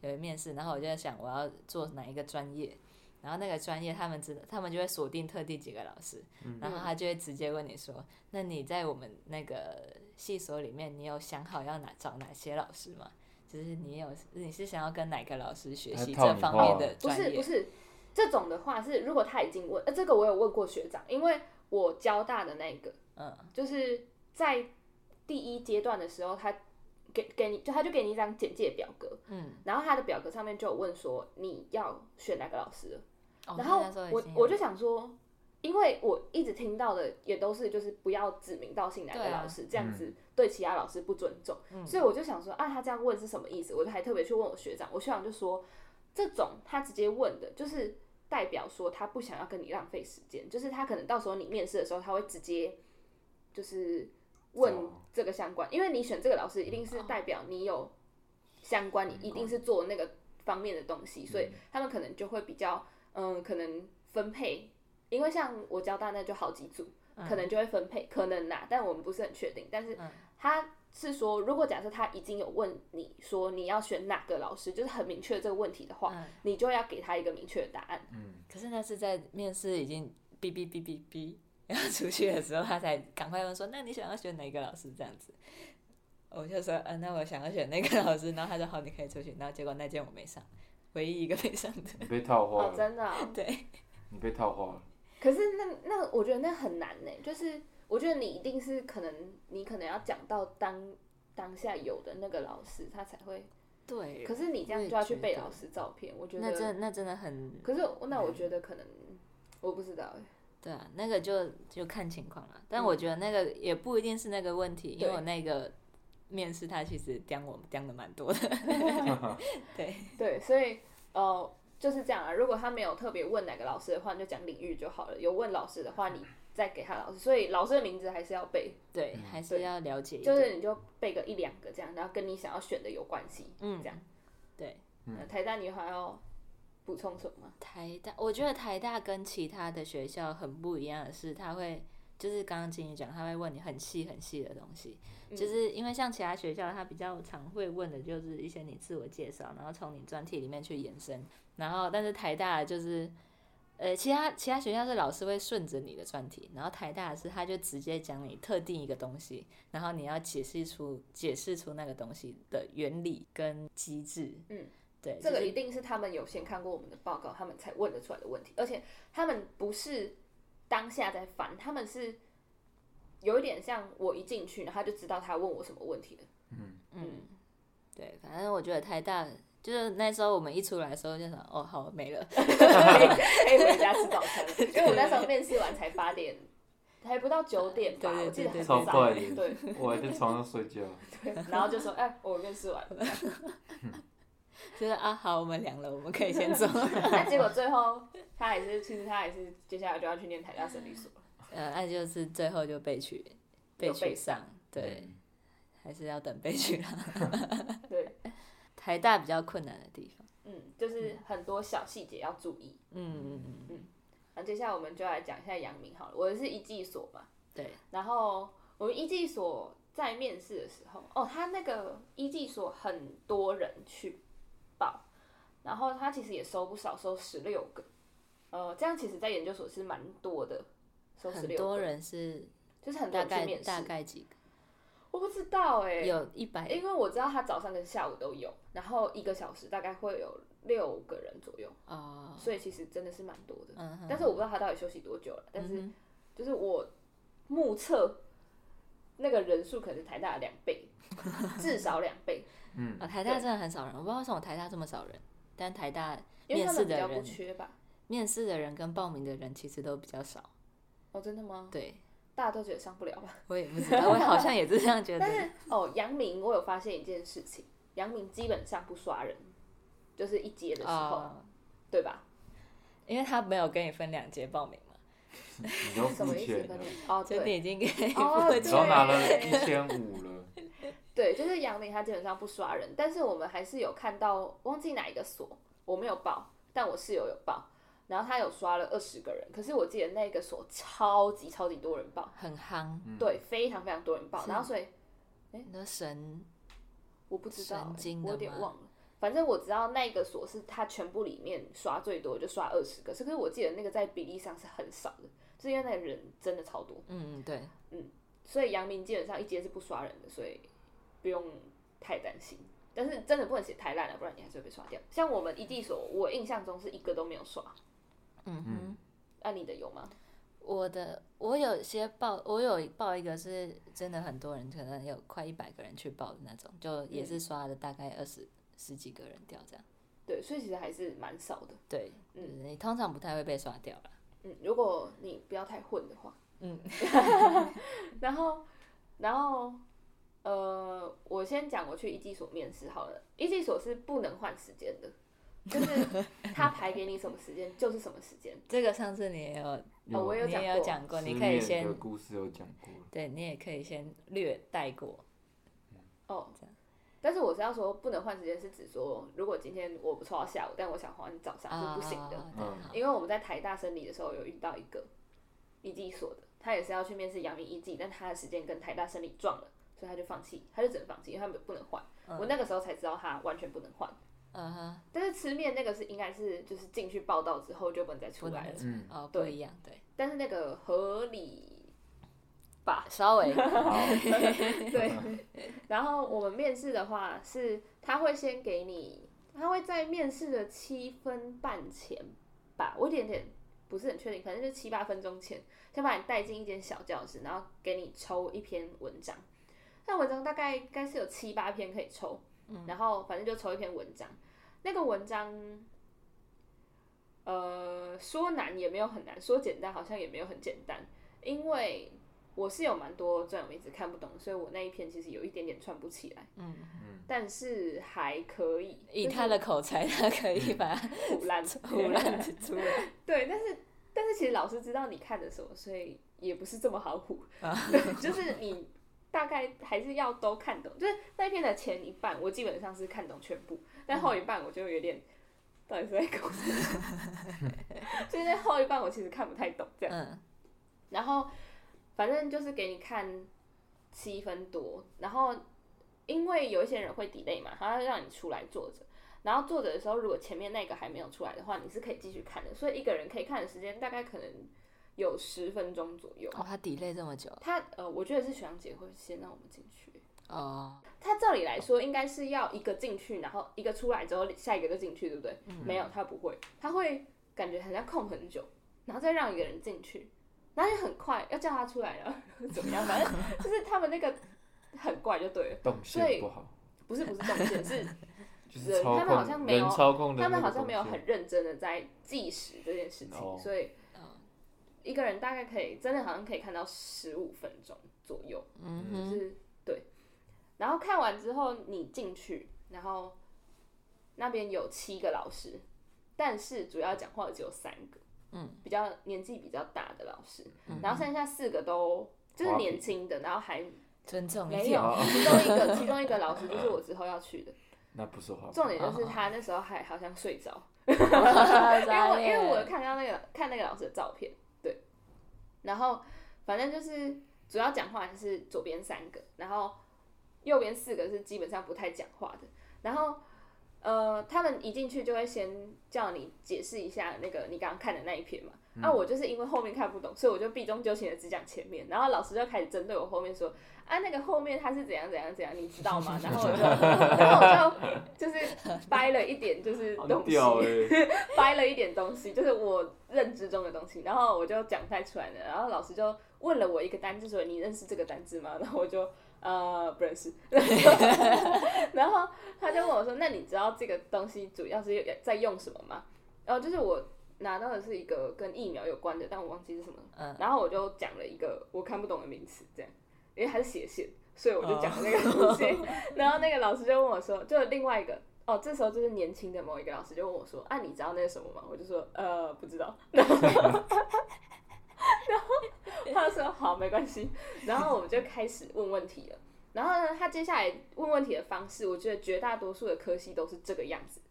Speaker 2: 有面试，然后我就在想我要做哪一个专业，然后那个专业他们知道，他们就会锁定特定几个老师，
Speaker 1: 嗯
Speaker 2: 然后他就会直接问你说，那你在我们那个系所里面，你有想好要哪找哪些老师吗？就是你有你是想要跟哪个老师学
Speaker 1: 他
Speaker 2: 习
Speaker 1: 套
Speaker 2: 这
Speaker 1: 你
Speaker 2: 方
Speaker 1: 话
Speaker 2: 面
Speaker 1: 啊
Speaker 2: 的
Speaker 3: 不
Speaker 2: 专
Speaker 3: 是
Speaker 2: 业？
Speaker 3: 不是，这种的话是如果他已经问，呃，这个我有问过学长，因为我交大的那个
Speaker 2: 嗯
Speaker 3: 就是在第一阶段的时候，他给给你就他就给你一张简介表格，
Speaker 2: 嗯，
Speaker 3: 然后他的表格上面就有问说你要选哪个老师了
Speaker 2: 哦
Speaker 3: 然
Speaker 2: 那
Speaker 3: 后
Speaker 2: 那时候已
Speaker 3: 我
Speaker 2: 经
Speaker 3: 我
Speaker 2: 有
Speaker 3: 就想说，因为我一直听到的也都是就是不要指名道姓哪个
Speaker 2: 对啊嗯
Speaker 3: 老师，这样子对其他老师不尊重，所以我就想说啊，他这样问是什么意思？我就还特别去问我学长，我学长就说，这种他直接问的就是代表说他不想要跟你浪费时间，就是他可能到时候你面试的时候，他会直接就是问
Speaker 1: 哦
Speaker 3: 这个相关，因为你选这个老师一
Speaker 2: 嗯
Speaker 3: 定是
Speaker 2: 哦
Speaker 3: 代表你有相关，你一定是做那个方面的东西，所
Speaker 2: 嗯
Speaker 3: 以他们可能就会比较，嗯，可能分配，因为像我交大那就好几组，可能就会分配，可能啦，但我们不是很确定。但是
Speaker 2: 嗯
Speaker 3: 他是说，如果假设他已经有问你说你要选哪个老师，就是很明确这个问题的话，
Speaker 2: 嗯，
Speaker 3: 你就要给他一个明确的答案。
Speaker 1: 嗯
Speaker 2: 可是那是在面试已经哔哔哔哔哔， 然后出去的时候，他才赶快问说：“那你想要选哪个老师？”这样子，我就说：“嗯、那我想要选那个老师。”然后他说：“好，你可以出去。”然后结果那件我没上，唯一一个没上的。
Speaker 1: 你被套话
Speaker 3: 哦，
Speaker 1: 了，
Speaker 3: 真的啊、
Speaker 2: 对，
Speaker 1: 你被套话了。
Speaker 3: 可是那那我觉得那很难呢，就是我觉得你一定是可能你可能要讲到当当下有的那个老师，他才会。
Speaker 2: 对
Speaker 3: 可是你这样
Speaker 2: 我也
Speaker 3: 就要去
Speaker 2: 觉
Speaker 3: 背
Speaker 2: 得
Speaker 3: 老师照片，我觉得
Speaker 2: 那真那真的很
Speaker 3: 可是那我觉得可能我不知道欸，
Speaker 2: 对啊，那个就就看情况了。但我觉得那个也不一定是那个问题，因为
Speaker 3: 嗯对
Speaker 2: 我那个面试他其实刁我刁的蛮多
Speaker 3: 嗯
Speaker 2: 的。对，
Speaker 3: 对，所以呃就是这样啊。如果他没有特别问哪个老师的话，你就讲领域就好了。有问老师的话，你再给他老师。所以老师的名字还是要背，
Speaker 2: 对，还是
Speaker 3: 对
Speaker 2: 要了解一
Speaker 3: 就
Speaker 2: 点。
Speaker 3: 是你就背个一两个这样，然后跟你想要选的有关系。
Speaker 2: 嗯
Speaker 3: 这样。
Speaker 2: 对。
Speaker 3: 那台大你还要补充什么吗？
Speaker 2: 台大，我觉得台大跟其他的学校很不一样的是，他会就是刚刚经理讲，他会问你很细很细的东西，
Speaker 3: 嗯
Speaker 2: 就是因为像其他学校，他比较常会问的就是一些你自我介绍，然后从你专题里面去延伸，然后但是台大就是。呃，其他其他学校是老师会顺着你的专题，然后台大是他就直接讲你特定一个东西，然后你要解释出解释出那个东西的原理跟机制。
Speaker 3: 嗯，
Speaker 2: 对，
Speaker 3: 这
Speaker 2: 就
Speaker 3: 个
Speaker 2: 是
Speaker 3: 一定是他们有先看过我们的报告，他们才问得出来的问题，而且他们不是当下在烦，他们是有一点像我一进去，然后他就知道他问我什么问题 了。
Speaker 2: 嗯，对，反正我觉得台大就是那时候我们一出来的时候就想，哦，好没了，
Speaker 3: 可以回家吃早餐了，因为我那时候面试完才八点，还不到九点吧，
Speaker 2: 对对
Speaker 3: 我记得很
Speaker 2: 对
Speaker 1: 超
Speaker 3: 早。
Speaker 1: 快
Speaker 3: 对
Speaker 1: 的，我还在床上睡觉。
Speaker 3: 对然后就说，哎，我面试完了。
Speaker 2: 就是啊，好，我们凉了，我们可以先走。
Speaker 3: 那结果最后他还是，其实他还是接下来就要去念台大生理所了。
Speaker 2: 呃，那就是最后就被取被
Speaker 3: 有
Speaker 2: 取
Speaker 3: 被
Speaker 2: 上，对，
Speaker 1: 嗯，
Speaker 2: 还是要等被取了。
Speaker 3: 对，
Speaker 2: 台大比较困难的地方，
Speaker 3: 嗯，就是很多小细节要注意。
Speaker 2: 嗯嗯嗯，
Speaker 3: 那接下来我们就来讲一下阳明好了，我是一技所嘛，
Speaker 2: 对，
Speaker 3: 然后我们一技所在面试的时候，哦，他那个一技所很多人去报，然后他其实也收不少，收十六个，呃，这样其实在研究所是蛮多的，收十
Speaker 2: 很
Speaker 3: 六个，
Speaker 2: 多人是
Speaker 3: 就是很多
Speaker 2: 大
Speaker 3: 人去
Speaker 2: 概
Speaker 3: 面
Speaker 2: 大
Speaker 3: 试，
Speaker 2: 概几个，
Speaker 3: 我不知道哎、
Speaker 2: 有一百，
Speaker 3: 因为我知道他早上跟下午都有，然后一个小时大概会有六个人左右，
Speaker 2: 哦，
Speaker 3: 所以其实真的是蛮多的，
Speaker 2: 嗯哼，嗯
Speaker 3: 但是我不知道他到底休息多久了，但是
Speaker 2: 嗯哼
Speaker 3: 就是我目测那个人数可能是台大的两倍，至少两倍，
Speaker 1: 嗯，
Speaker 2: 啊，台大真的很少人，我不知道为什么台大这么少人，但台大
Speaker 3: 因为他们比
Speaker 2: 面试的
Speaker 3: 较不
Speaker 2: 人
Speaker 3: 缺吧？
Speaker 2: 面试的人跟报名的人其实都比较少。
Speaker 3: 哦，真的吗？
Speaker 2: 对，
Speaker 3: 大家都觉得上不了吧？
Speaker 2: 我也不知道，我好像也是这样觉得
Speaker 3: 但。是哦，阳明我有发现一件事情，阳明基本上不刷人，就是一阶的时候，
Speaker 2: 哦，
Speaker 3: 对吧？
Speaker 2: 因为他没有跟你分两节报名嘛，
Speaker 1: 你都
Speaker 3: 什
Speaker 1: 付
Speaker 3: 么意思
Speaker 1: 钱
Speaker 3: 跟
Speaker 1: 了
Speaker 3: 你，？哦，
Speaker 2: 就
Speaker 3: 对，
Speaker 2: 你已经给你
Speaker 3: 哦
Speaker 2: 付
Speaker 1: 你
Speaker 2: 钱
Speaker 1: 都
Speaker 3: 对
Speaker 1: 拿了一千五了，
Speaker 3: 对，就是杨明他基本上不刷人，但是我们还是有看到，忘记哪一个所，我没有报，但我室友有报，然后他有刷了二十个人，可是我记得那个所超级超级多人报，
Speaker 2: 很夯，
Speaker 1: 嗯
Speaker 3: 对，非常非常多人报，
Speaker 2: 是
Speaker 3: 然后所以
Speaker 2: 你的神
Speaker 3: 我不知
Speaker 2: 神
Speaker 3: 道、欸
Speaker 2: 经，的
Speaker 3: 我有点
Speaker 2: 吗
Speaker 3: 忘了。反正我知道那个所是他全部里面刷最多，就刷二十个。可是我记得那个在比例上是很少的，是因为那个人真的超多，
Speaker 2: 嗯嗯，对，
Speaker 3: 所以阳明基本上一阶是不刷人的，所以不用太担心。但是真的不能写太烂了，不然你还是会被刷掉。像我们一地所，我印象中是一个都没有刷，
Speaker 2: 嗯哼，
Speaker 3: 那、你的有吗？
Speaker 2: 我的我有些报，我有报一个是真的很多人，可能有快一百个人去报的那种，就也是刷了大概二十十几个人掉这样。
Speaker 3: 对，所以其实还是蛮少的。
Speaker 2: 对，就
Speaker 3: 嗯
Speaker 2: 是你通常不太会被刷掉了。
Speaker 3: 嗯，如果你不要太混的话，
Speaker 2: 嗯，
Speaker 3: 然后，然后，呃，我先讲我去一技所面试好了。一技所是不能换时间的，就是他排给你什么时间就是什么时间。
Speaker 2: 这个上次你也有，
Speaker 3: 哦，我
Speaker 1: 有
Speaker 3: 有
Speaker 2: 你
Speaker 3: 讲
Speaker 2: 也
Speaker 3: 过，
Speaker 2: 有讲过，你
Speaker 1: 失
Speaker 2: 可以
Speaker 1: 恋
Speaker 2: 先
Speaker 1: 嗯的，故事有讲过了，
Speaker 2: 对你也可以先略带过。
Speaker 3: 哦
Speaker 2: 这样，
Speaker 3: 但是我是要说不能换时间，是指说如果今天我不抽到下午，但我想换早上是不行的，
Speaker 2: 啊
Speaker 1: 嗯
Speaker 2: 好
Speaker 3: 因为我们在台大生理的时候有遇到一个一技所的，他也是要去面试阳明一技，但他的时间跟台大生理撞了，所以他就放弃，他就只能放弃，因为他们不能换。
Speaker 2: 嗯
Speaker 3: 我那个时候才知道他完全不能换，
Speaker 2: 嗯哼，
Speaker 3: 但是吃面那个是应该是就是进去报道之后就不能再出
Speaker 2: 不能
Speaker 3: 来了，
Speaker 1: 嗯，
Speaker 2: 哦，不
Speaker 3: 对
Speaker 2: 一样，对，
Speaker 3: 但是那个合理吧，
Speaker 2: 稍 微
Speaker 1: 好，
Speaker 3: 对，然后我们面试的话是，他会先给你，他会在面试的七分半前吧，我有点点不是很确定，反正就七八分钟前，先把你带进一间小教室，然后给你抽一篇文章。那文章大概应该是有七八篇可以抽，然后反正就抽一篇文章。那个文章，呃，说难也没有很难，说简单好像也没有很简单，因为我是有蛮多专有名词看不懂，所以我那一篇其实有一点点串不起来。
Speaker 2: 嗯
Speaker 1: 嗯，
Speaker 3: 但是还可以。
Speaker 2: 以他的啊口才，他可以把 它
Speaker 3: 就 是腐烂
Speaker 2: 胡乱指出来。
Speaker 3: 嗯对，啊但是但是其实老师知道你看的什么，所以也不是这么好唬。
Speaker 2: 啊
Speaker 3: 对，就是你大概还是要都看懂，就是那一篇的前一半我基本上是看懂全部，但后一半我就有点。到底是在搞什么？ 就是那后一半我其实看不太懂这样。
Speaker 2: 嗯
Speaker 3: 然后反正就是给你看七分多，然后因为有一些人会 delay 嘛，他要让你出来坐着，然后坐着的时候，如果前面那个还没有出来的话，你是可以继续看的，所以一个人可以看的时间大概可能有十分钟左右。
Speaker 2: 哦，他 delay 这么久，
Speaker 3: 他呃，我觉得是学长姐会先让我们进去。
Speaker 2: 哦，
Speaker 3: 他照理来说应该是要一个进去，然后一个出来之后，下一个就进去，对不对？
Speaker 1: 嗯
Speaker 3: 没有，他不会，他会感觉好像空很久，然后再让一个人进去，然后就很快要叫他出来了， 怎么样？反正 就是他们那个很怪就对了，
Speaker 1: 动
Speaker 3: 所以
Speaker 1: 线不好，
Speaker 3: 不是不是动 线，是
Speaker 1: 就是操
Speaker 3: 他们好像
Speaker 1: 控
Speaker 3: 没有
Speaker 1: 人操控的
Speaker 3: 他
Speaker 1: 那
Speaker 3: 们
Speaker 1: 个
Speaker 3: 好像没有
Speaker 1: 动线
Speaker 3: 很认真的在计时这件事情，
Speaker 1: 哦
Speaker 3: 所以
Speaker 2: 哦
Speaker 3: 一个人大概可以真的好像可以看到十五分钟左右。
Speaker 2: 嗯
Speaker 3: 就
Speaker 2: 哼，
Speaker 3: 是对。然后看完之后你进去，然后那边有七个老师，但是主要讲话的只有三个，
Speaker 2: 嗯，
Speaker 3: 比较年纪比较大的老师，然后剩下四个都就是
Speaker 1: 花瓶
Speaker 3: 年轻的，然后还
Speaker 2: 尊重一
Speaker 3: 没
Speaker 2: 点
Speaker 3: 有。
Speaker 1: 哦
Speaker 3: 其中一个其中一个老师就是我之后要去的，
Speaker 1: 那不是花
Speaker 3: 重点就是他那时候还好像睡着，因为我因为我有看到那个看那个老师的照片，对，然后反正就是主要讲话就是左边三个，然后右边四个是基本上不太讲话的，然后呃，他们一进去就会先叫你解释一下那个你刚刚看的那一篇嘛。那、我就是因为后面看不懂，所以我就避重就轻的只讲前面，然后老师就开始针对我后面说啊，那个后面他是怎样怎样怎样，你知道吗？然后我就，然后我就就是掰了一点就是
Speaker 1: 好
Speaker 3: 东西，
Speaker 1: 屌 哎，
Speaker 3: 掰了一点东西，就是我认知中的东西，然后我就讲不太出来了。然后老师就问了我一个单字，说你认识这个单字吗？然后我就呃不认识， 然后他就问我说，那你知道这个东西主要是在用什么吗？然后就是我拿到的是一个跟疫苗有关的，但我忘记是什么了，
Speaker 2: 嗯
Speaker 3: 然后我就讲了一个我看不懂的名词，这样，因为它是斜线，所以我就讲了那个东西。 然后那个老师就问我说，就另外一个。哦，这时候就是年轻的某一个老师就问我说：“啊，你知道那是什么吗？”我就说：“呃，不知道。” 然后，然后他就说：“好，没关系。”然后我们就开始问问题了。然后呢，他接下来问问题的方式，我觉得绝大多数的科系都是这个样子，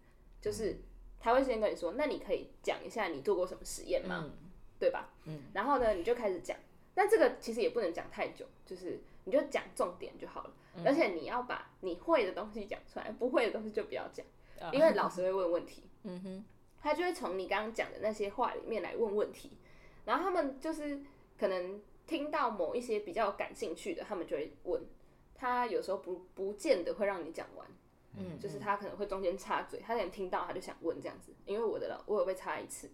Speaker 3: 就是他会先跟你说：“那你可以讲一下你做过什么实验吗？”
Speaker 2: 嗯
Speaker 3: 对吧？
Speaker 2: 嗯，
Speaker 3: 然后呢，你就开始讲。那这个其实也不能讲太久，就是你就讲重点就好了。
Speaker 2: 嗯
Speaker 3: 而且你要把你会的东西讲出来，不会的东西就不要讲，因为老师会问问题，
Speaker 2: 啊嗯哼，
Speaker 3: 他就会从你刚刚讲的那些话里面来问问题。然后他们就是可能听到某一些比较感兴趣的，他们就会问。他有时候不不见得会让你讲完，
Speaker 2: 嗯，
Speaker 3: 就是他可能会中间插嘴，他可能听到他就想问这样子，因为我的老我有被插一次，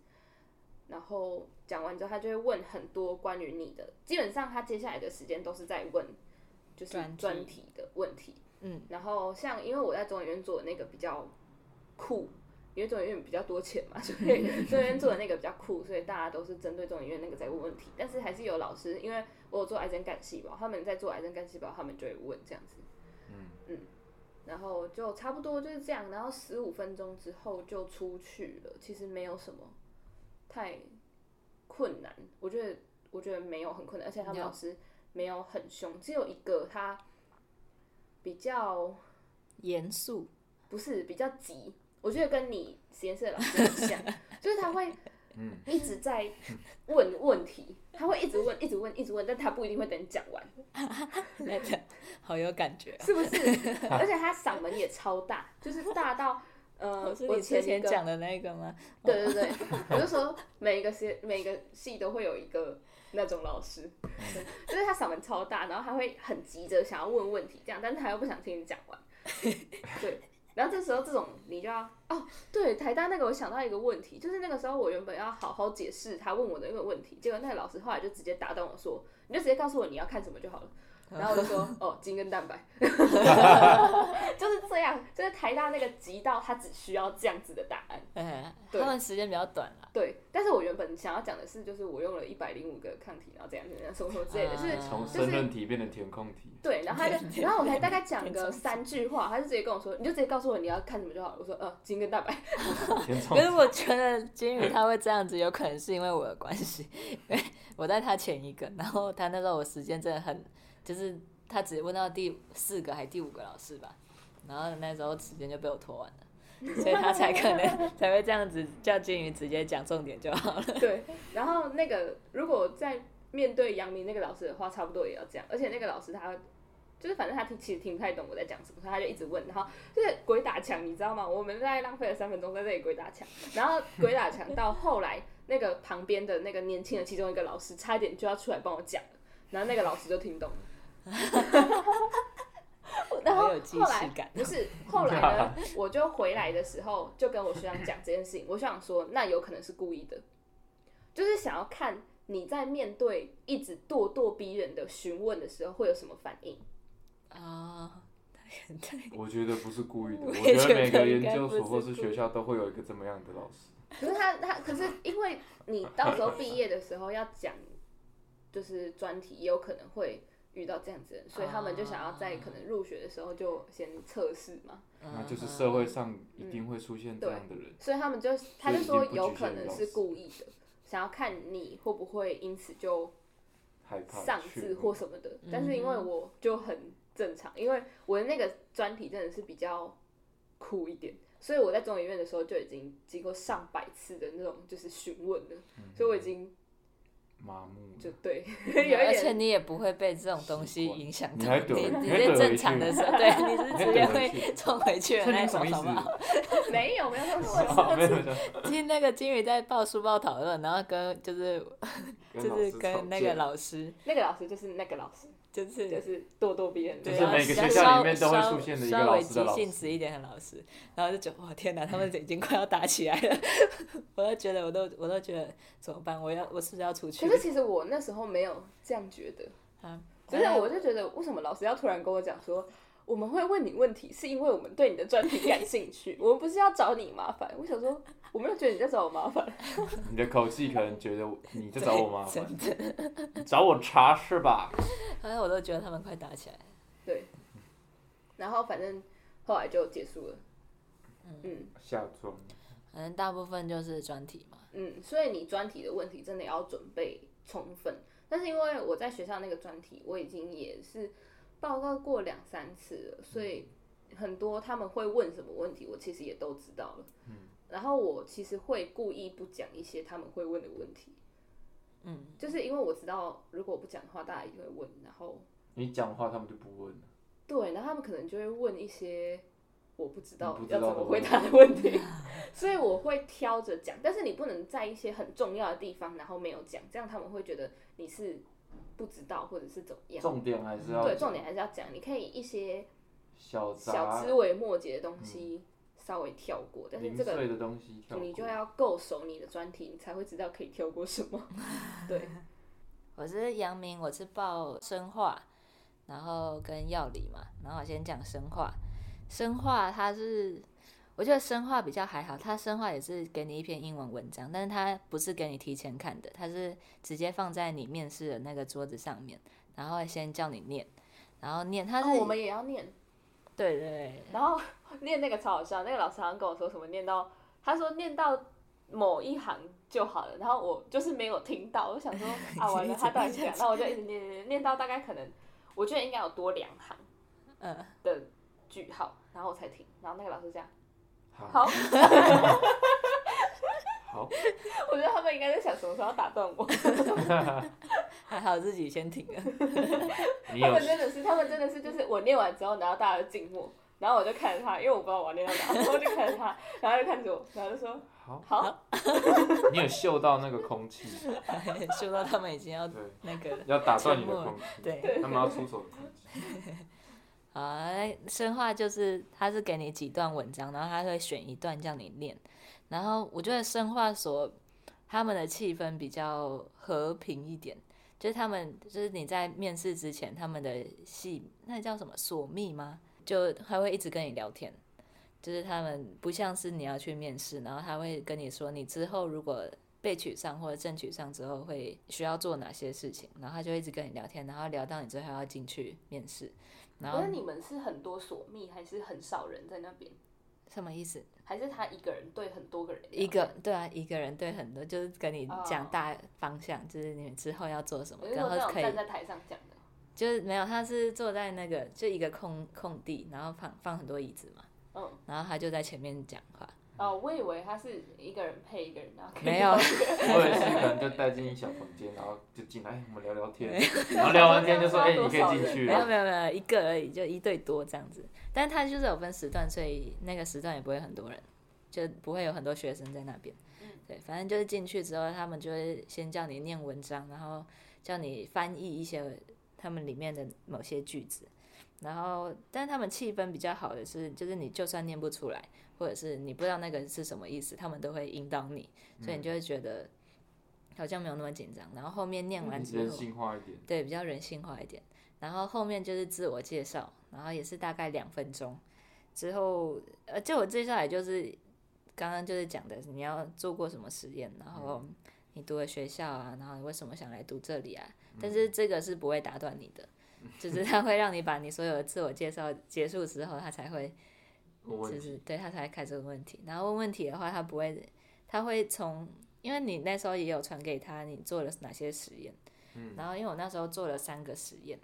Speaker 3: 然后讲完之后他就会问很多关于你的，基本上他接下来的时间都是在问就是
Speaker 2: 专题
Speaker 3: 专题的问题，
Speaker 2: 嗯，
Speaker 3: 然后像因为我在中研院做的那个比较酷，因为中研院比较多钱 嘛，所以中研院做的那个比较酷，所以大家都是针对中研院那个在问问题，但是还是有老师，因为我有做癌症干细胞，他们在做癌症干细胞，他们就会问这样子。
Speaker 1: 嗯
Speaker 3: 然后就差不多就是这样，然后十五分钟之后就出去了。其实没有什么太困难，我觉得我觉得没有很困难，而且他们
Speaker 2: 了
Speaker 3: 老师没有很凶，只有一个他比较
Speaker 2: 严肃，
Speaker 3: 不是比较急，我觉得跟你实验室的老师很像， 就是他会
Speaker 1: 嗯
Speaker 3: 一直在问问题，他会一直问，一直问，一直问，但他不一定会等你讲完，
Speaker 2: 好有感觉啊。
Speaker 3: 是 不是？而且他嗓门也超大，就是大到呃，
Speaker 2: 我是
Speaker 3: 我
Speaker 2: 你之
Speaker 3: 一
Speaker 2: 前
Speaker 3: 个
Speaker 2: 讲的那个吗？
Speaker 3: 对对对，我就说每一个系每一个系都会有一个那种老师，就是他嗓门超大，然后他会很急着想要问问题这样，但是他又不想听你讲完，对。然后这时候这种你就要哦，对台大那个我想到一个问题，就是那个时候我原本要好好解释他问我的那个问题，结果那个老师后来就直接打断我说，你就直接告诉我你要看什么就好了。然后我就说哦，精跟蛋白， 就是这样，就是台大那个急到他只需要这样子的答案。
Speaker 2: 嗯，
Speaker 3: 对
Speaker 2: 他们时间比较短啊啦。
Speaker 3: 对，但是我原本想要讲的是，就是我用了一百零五个抗体，然后怎样怎样什么什么之类的，就是
Speaker 2: 啊
Speaker 1: 从
Speaker 3: 就是
Speaker 1: 申论题变成填空 题，
Speaker 3: 对，然后他就，然后我才大概讲
Speaker 2: 填
Speaker 3: 个
Speaker 2: 充
Speaker 3: 三句话，他就直接跟我说，你就直接告诉我你要看什么就好了。我说呃，金跟蛋白，
Speaker 1: 填充
Speaker 2: 可是我觉得金鱼他会这样子，有可能是因为我的关系，因为我在他前一个，然后他那时候我时间真的很，就是他只问到第四个还第五个老师吧，然后那时候时间就被我拖完了，所以他才可 能才会这样子叫金鱼直接讲重点就好了。
Speaker 3: 对，然后那个如果在面对杨明那个老师的话，差不多也要这样，而且那个老师他。就是反正他听其实听不太懂我在讲什么，所以他就一直问，然后就是鬼打墙，你知道吗？我们大概浪费了三分钟在这里鬼打墙，然后鬼打墙到后来，那个旁边的那个年轻的其中一个老师差一点就要出来帮我讲了，然后那个老师就听懂了。然后
Speaker 2: 好有即
Speaker 3: 后来
Speaker 2: 视感
Speaker 3: 不是后来 呢，我就回来的时候就跟我学长讲这件事情，我学长说那有可能是故意的，就是想要看你在面对一直咄咄逼人的询问的时候会有什么反应。
Speaker 2: 啊，对，
Speaker 1: 我觉得不是故意的，
Speaker 2: 我
Speaker 1: 我
Speaker 2: 也
Speaker 1: 觉得
Speaker 2: 觉得
Speaker 1: 每个
Speaker 2: 应该
Speaker 1: 研究
Speaker 2: 不是
Speaker 1: 所或
Speaker 2: 故
Speaker 1: 是
Speaker 2: 意
Speaker 1: 学校都会有一个这么样的老师。
Speaker 3: 可是他他可是因为你到时候毕业的时候要讲，就是专题，也有可能会遇到这样子的人，所以他们就想要在可能入学的时候就先测试嘛，
Speaker 1: 那就是
Speaker 3: 嗯
Speaker 2: 嗯
Speaker 1: 社会上一定会出现这样的人，
Speaker 3: 所以他们就他就
Speaker 1: 所
Speaker 3: 说
Speaker 1: 以已经不
Speaker 3: 有
Speaker 1: 局
Speaker 3: 可
Speaker 1: 限于
Speaker 3: 能
Speaker 1: 老
Speaker 3: 是
Speaker 1: 师
Speaker 3: 故意的，想要看你会不会因此就
Speaker 1: 害怕
Speaker 3: 上
Speaker 1: 去嗯
Speaker 3: 字或什么的。但是因为我就很正常，因为我的那个专题真的是比较酷一点，所以我在中医院的时候就已经经过上百次的那种就是询问了，所以我已经
Speaker 1: 麻木了。
Speaker 3: 就对有一
Speaker 2: 而且
Speaker 3: 点。
Speaker 2: 你也不会被这种东西影响
Speaker 1: 你
Speaker 2: 到，
Speaker 1: 还怼
Speaker 2: 你
Speaker 1: 你
Speaker 2: 直
Speaker 1: 还
Speaker 2: 接
Speaker 1: 怼
Speaker 2: 正
Speaker 1: 回
Speaker 2: 常
Speaker 1: 去
Speaker 2: 的 时候，对，你是
Speaker 1: 还
Speaker 2: 直
Speaker 1: 怼
Speaker 2: 接
Speaker 1: 回
Speaker 2: 会
Speaker 1: 去
Speaker 2: 冲回去的
Speaker 1: 这
Speaker 2: 那
Speaker 1: 你什
Speaker 2: 种，
Speaker 1: 么意
Speaker 2: 好不好？
Speaker 1: 思？
Speaker 3: 没有没有 那么凶，
Speaker 1: 好没有没有
Speaker 2: 听那个金鱼在报书报讨论，然后跟就是
Speaker 1: 跟老
Speaker 2: 就是
Speaker 1: 师吵
Speaker 2: 跟那
Speaker 1: 架
Speaker 2: 个老师，
Speaker 3: 那个老师就是那个老师，
Speaker 2: 就是
Speaker 3: 就是咄咄逼人，
Speaker 1: 就
Speaker 2: 对，
Speaker 1: 是
Speaker 2: 然后
Speaker 1: 每个
Speaker 2: 稍
Speaker 1: 学校里面都会
Speaker 2: 稍
Speaker 1: 出现的一个
Speaker 2: 稍
Speaker 1: 老
Speaker 2: 微
Speaker 1: 师的
Speaker 2: 急
Speaker 1: 老
Speaker 2: 性
Speaker 1: 师
Speaker 2: 子一点的老师，然后就觉得哇天哪，他们已经快要打起来了， 我都觉得我都我都觉得怎么办？我要我是不是要出去
Speaker 3: 可？是其实我那时候没有这样觉得，
Speaker 2: 啊，
Speaker 3: 就是我就觉得为什么老师要突然跟我讲说。我们会问你问题，是因为我们对你的专题感兴 趣。我们不是要找你麻烦。我想说，我没有觉得你在找我麻烦，
Speaker 1: 你的口气可能觉得我你在找我麻烦，
Speaker 2: 真的，
Speaker 1: 找我茬是吧？
Speaker 2: 反正我都觉得他们快打起来了。
Speaker 3: 然后反正后来就结束了。嗯
Speaker 1: 下装。
Speaker 2: 反正大部分就是专题嘛，
Speaker 3: 嗯，所以你专题的问题真的要准备充分。但是因为我在学校那个专题，我已经也是报告过两三次了，所以很多他们会问什么问题，我其实也都知道了。嗯，然后我其实会故意不讲一些他们会问的问题，
Speaker 2: 嗯，
Speaker 3: 就是因为我知道如果我不讲的话，大家一定会问。然后
Speaker 1: 你讲话他们就不问了，
Speaker 3: 对，然后他们可能就会问一些我不知道
Speaker 1: 你不知
Speaker 3: 要
Speaker 1: 道
Speaker 3: 怎
Speaker 1: 的
Speaker 3: 么
Speaker 1: 问
Speaker 3: 回
Speaker 1: 题
Speaker 3: 答的问题，所以我会挑着讲，但是你不能在一些很重要的地方然后没有讲，这样他们会觉得你是不知道或者是怎么样。
Speaker 1: 重点还是要
Speaker 3: 对，重点还是要讲，你可以一些
Speaker 1: 小
Speaker 3: 小
Speaker 1: 杂
Speaker 3: 枝微末节的东西稍微跳过，但是
Speaker 1: 零
Speaker 3: 这个
Speaker 1: 碎的东西跳过。
Speaker 3: 你就要够熟你的专题，你才会知道可以跳过什么。对，
Speaker 2: 我是阳明，我是报生化，然后跟药理嘛，然后我先讲生化。生化它是，我觉得生化比较还好，它生化也是给你一篇英文文章，但是它不是给你提前看的，它是直接放在你面试的那个桌子上面，然后先叫你念，然后念它
Speaker 3: 然
Speaker 2: 是、
Speaker 3: 后哦我们也要念。
Speaker 2: 对对对，
Speaker 3: 然后 念那个超好笑，那个老师好像跟我说什么念到，他说念到某一行就好了，然后我就是没有听到，我就想说啊完了，他到底是讲，然后我就一直念念念念到大概可能，我觉得应该有多两行
Speaker 2: 嗯，
Speaker 3: 的句号，然后我才停，然后那个老师这样，
Speaker 1: 好，
Speaker 3: 好，
Speaker 1: 好，
Speaker 3: 我觉得他们应该在想什么时候要打断我，
Speaker 2: 还好自己先停了。
Speaker 1: 你
Speaker 3: 他
Speaker 1: 有
Speaker 3: 们 真的是，他们真的是就是我念完之后，然后大家就静默。然后我就看着他，因为我不知道我要念到哪，然后我就看着他，然后他就看着我，然后就说
Speaker 1: 好，
Speaker 3: 好，
Speaker 1: 你有嗅到那个空气，
Speaker 2: 说到他们已经要
Speaker 1: 对，
Speaker 2: 那个了，
Speaker 1: 要打断你的空气，
Speaker 2: 对。
Speaker 1: 他们要出手的空气，
Speaker 2: 啊，那生化就是它是给你几段文章，然后它会选一段叫你念。然后我觉得生化所他们的气氛比较和平一点，就是他们就是你在面试之前，他们的系那叫什么所密吗？就还会一直跟你聊天，就是他们不像是你要去面试，然后他会跟你说你之后如果被取上或者正取上之后会需要做哪些事情，然后他就一直跟你聊天，然后聊到你最后要进去面试，然后
Speaker 3: 可是你们是很多所密，还是很少人在那边？
Speaker 2: 什么意思？
Speaker 3: 还是他一个人对很多个人聊天？
Speaker 2: 一个对啊，一个人对很多，就是跟你
Speaker 3: 哦
Speaker 2: 讲大方向就是你们之后要做什么，
Speaker 3: 有
Speaker 2: 然
Speaker 3: 那
Speaker 2: 后
Speaker 3: 种
Speaker 2: 可以
Speaker 3: 站在台上讲的，
Speaker 2: 就是没有，他是坐在那个就一个空空地，然后放放很多椅子嘛，
Speaker 3: 嗯，
Speaker 2: 然后他就在前面讲 话，
Speaker 3: 哦，我以为他是一个人配一个人，然后可以
Speaker 2: 没有
Speaker 3: 聊天
Speaker 1: 或者是可能就带进一小房间，然后就进来，哎我们聊聊天，然后聊完天就说，哎，你可以进去
Speaker 2: 没有
Speaker 1: 了，
Speaker 2: 没有没有一个而已，就一对多这样子，但他就是有分时段，所以那个时段也不会很多人，就不会有很多学生在那边
Speaker 3: 嗯，
Speaker 2: 对，反正就是进去之后，他们就会先叫你念文章，然后叫你翻译一些他们里面的某些句子，然后，但是他们气氛比较好的是，就是你就算念不出来，或者是你不知道那个是什么意思，他们都会引导你，
Speaker 1: 嗯
Speaker 2: 所以你就会觉得好像没有那么紧张。然后后面念完之
Speaker 1: 人
Speaker 2: 后，
Speaker 1: 性化一点，嗯
Speaker 2: 对，比较人性化一点。然后后面就是自我介绍，然后也是大概两分钟。之后，呃，自我介绍也就是刚刚就是讲的，你要做过什么实验，然后你读的学校啊，然后你为什么想来读这里啊？
Speaker 1: 嗯
Speaker 2: 但是这个是不会打断你的，就是他会让你把你所有的自我介绍结束之后，他才会
Speaker 1: 我问
Speaker 2: 就
Speaker 1: 题
Speaker 2: 是对他才开始问问题，然后问问题的话，他不会，他会从，因为你那时候也有传给他你做了哪些实验，
Speaker 1: 嗯，
Speaker 2: 然后因为我那时候做了三个实验，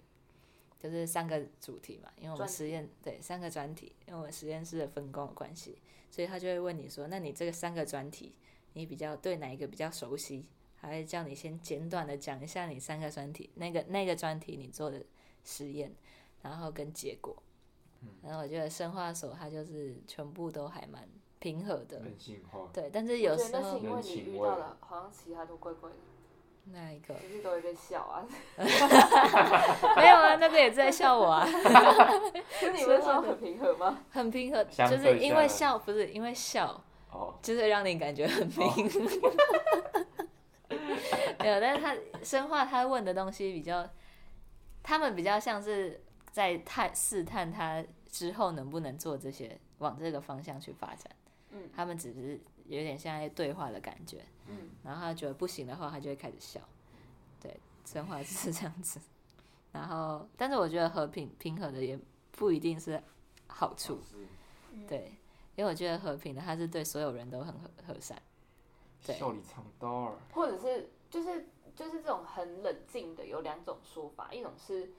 Speaker 2: 就是三个主题嘛，因为我们
Speaker 3: 专题
Speaker 2: 实验对三个专题，因为我们实验室的分工的关系，所以他就会问你说，那你这个三个专题，你比较对哪一个比较熟悉？还会叫你先简短的讲一下你三个专题，那个那个专题你做的实验，然后跟结果。然后我觉得生化所它就是全部都还蛮平和的，
Speaker 1: 人性化，
Speaker 2: 对，但是
Speaker 3: 我
Speaker 2: 有
Speaker 3: 觉
Speaker 2: 时
Speaker 3: 得那
Speaker 2: 候
Speaker 3: 是因为
Speaker 1: 人
Speaker 3: 你
Speaker 1: 情
Speaker 3: 遇
Speaker 1: 味
Speaker 3: 到了，好像其他都怪怪的。
Speaker 2: 那一个？
Speaker 3: 不是都会被笑啊？
Speaker 2: 没有啊，那个也是在笑我啊，
Speaker 3: 可是你们说很平和吗？
Speaker 2: 很平和，
Speaker 1: 相
Speaker 2: 就
Speaker 1: 对
Speaker 2: 是因
Speaker 1: 下
Speaker 2: 为
Speaker 1: 来
Speaker 2: 笑，不是因为笑，
Speaker 1: 哦，
Speaker 2: 就是让你感觉很平。没有， 但是他生化他问的东西比较，他们比较像是在探试探他之后能不能做这些，往这个方向去发展。
Speaker 3: 嗯
Speaker 2: 他们只是有点像在对话的感觉，
Speaker 3: 嗯，
Speaker 2: 然后他觉得不行的话，他就会开始笑。对，生化就是这样子。然后，但是我觉得和平平和的也不一定是好处，
Speaker 1: 是
Speaker 2: 对，因为我觉得和平的他是对所有人都很和和善。对
Speaker 1: 笑里藏刀儿，
Speaker 3: 或者是就是就是这种很冷静的，有两种说法，一种是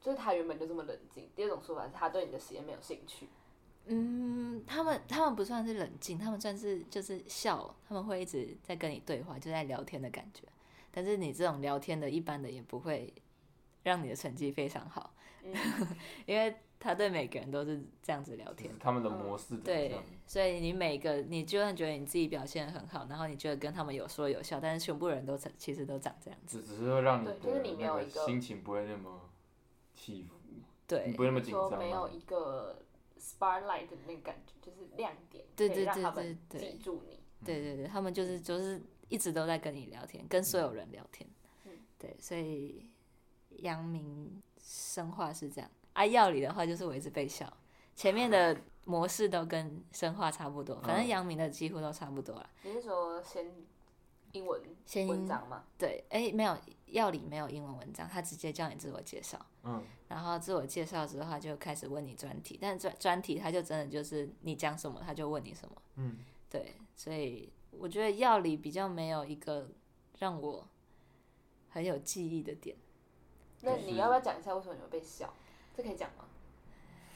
Speaker 3: 就是他原本就这么冷静，第二种说法是他对你的实验没有兴趣。
Speaker 2: 嗯，他们他们不算是冷静，他们算是就是笑，他们会一直在跟你对话，就在聊天的感觉。但是你这种聊天的，一般的也不会让你的成绩非常好，
Speaker 3: 嗯
Speaker 2: 因为他对每个人都是这样子聊
Speaker 1: 这
Speaker 2: 天
Speaker 1: 是。他们的
Speaker 3: 嗯
Speaker 1: 模式怎么
Speaker 2: 对
Speaker 1: 样？，
Speaker 2: 所以你每个你就算觉得你自己表现得很好，然后你觉得跟他们有说有笑，但是全部人都成其实都长这样子。
Speaker 1: 只只是会让你
Speaker 3: 对就
Speaker 1: 的
Speaker 3: 是你没
Speaker 1: 那
Speaker 3: 有
Speaker 1: 个
Speaker 3: 一个
Speaker 1: 心情不会那么起伏，你
Speaker 2: 对，
Speaker 1: 不会那么紧
Speaker 3: 说
Speaker 1: 张
Speaker 3: 没有
Speaker 1: 吗？
Speaker 3: 一个 spotlight 的那个感觉，就是亮点，
Speaker 2: 对
Speaker 3: 可以
Speaker 2: 对
Speaker 3: 让
Speaker 2: 对
Speaker 3: 他
Speaker 2: 对
Speaker 3: 们
Speaker 2: 对
Speaker 3: 记住你。
Speaker 2: 对对对，他们就是就是一直都在跟你聊天，跟所有人聊天。
Speaker 3: 嗯
Speaker 2: 对，所以阳明生化是这样啊。药理的话就是我一直被笑，前面的模式都跟生化差不多，反正
Speaker 1: 嗯
Speaker 2: 阳明的几乎都差不多啦。
Speaker 3: 你是说先英文
Speaker 2: 先
Speaker 3: 文章吗？
Speaker 2: 对，哎，没有药理没有英文文章，他直接叫你自我介绍。
Speaker 1: 嗯，
Speaker 2: 然后自我介绍之后，他就开始问你专题，但专专题他就真的就是你讲什么他就问你什么，
Speaker 1: 嗯，
Speaker 2: 对，所以我觉得药理比较没有一个让我很有记忆的点，
Speaker 3: 那
Speaker 1: 就是
Speaker 3: 你要不要讲一下为什么你会被笑？这可以讲吗？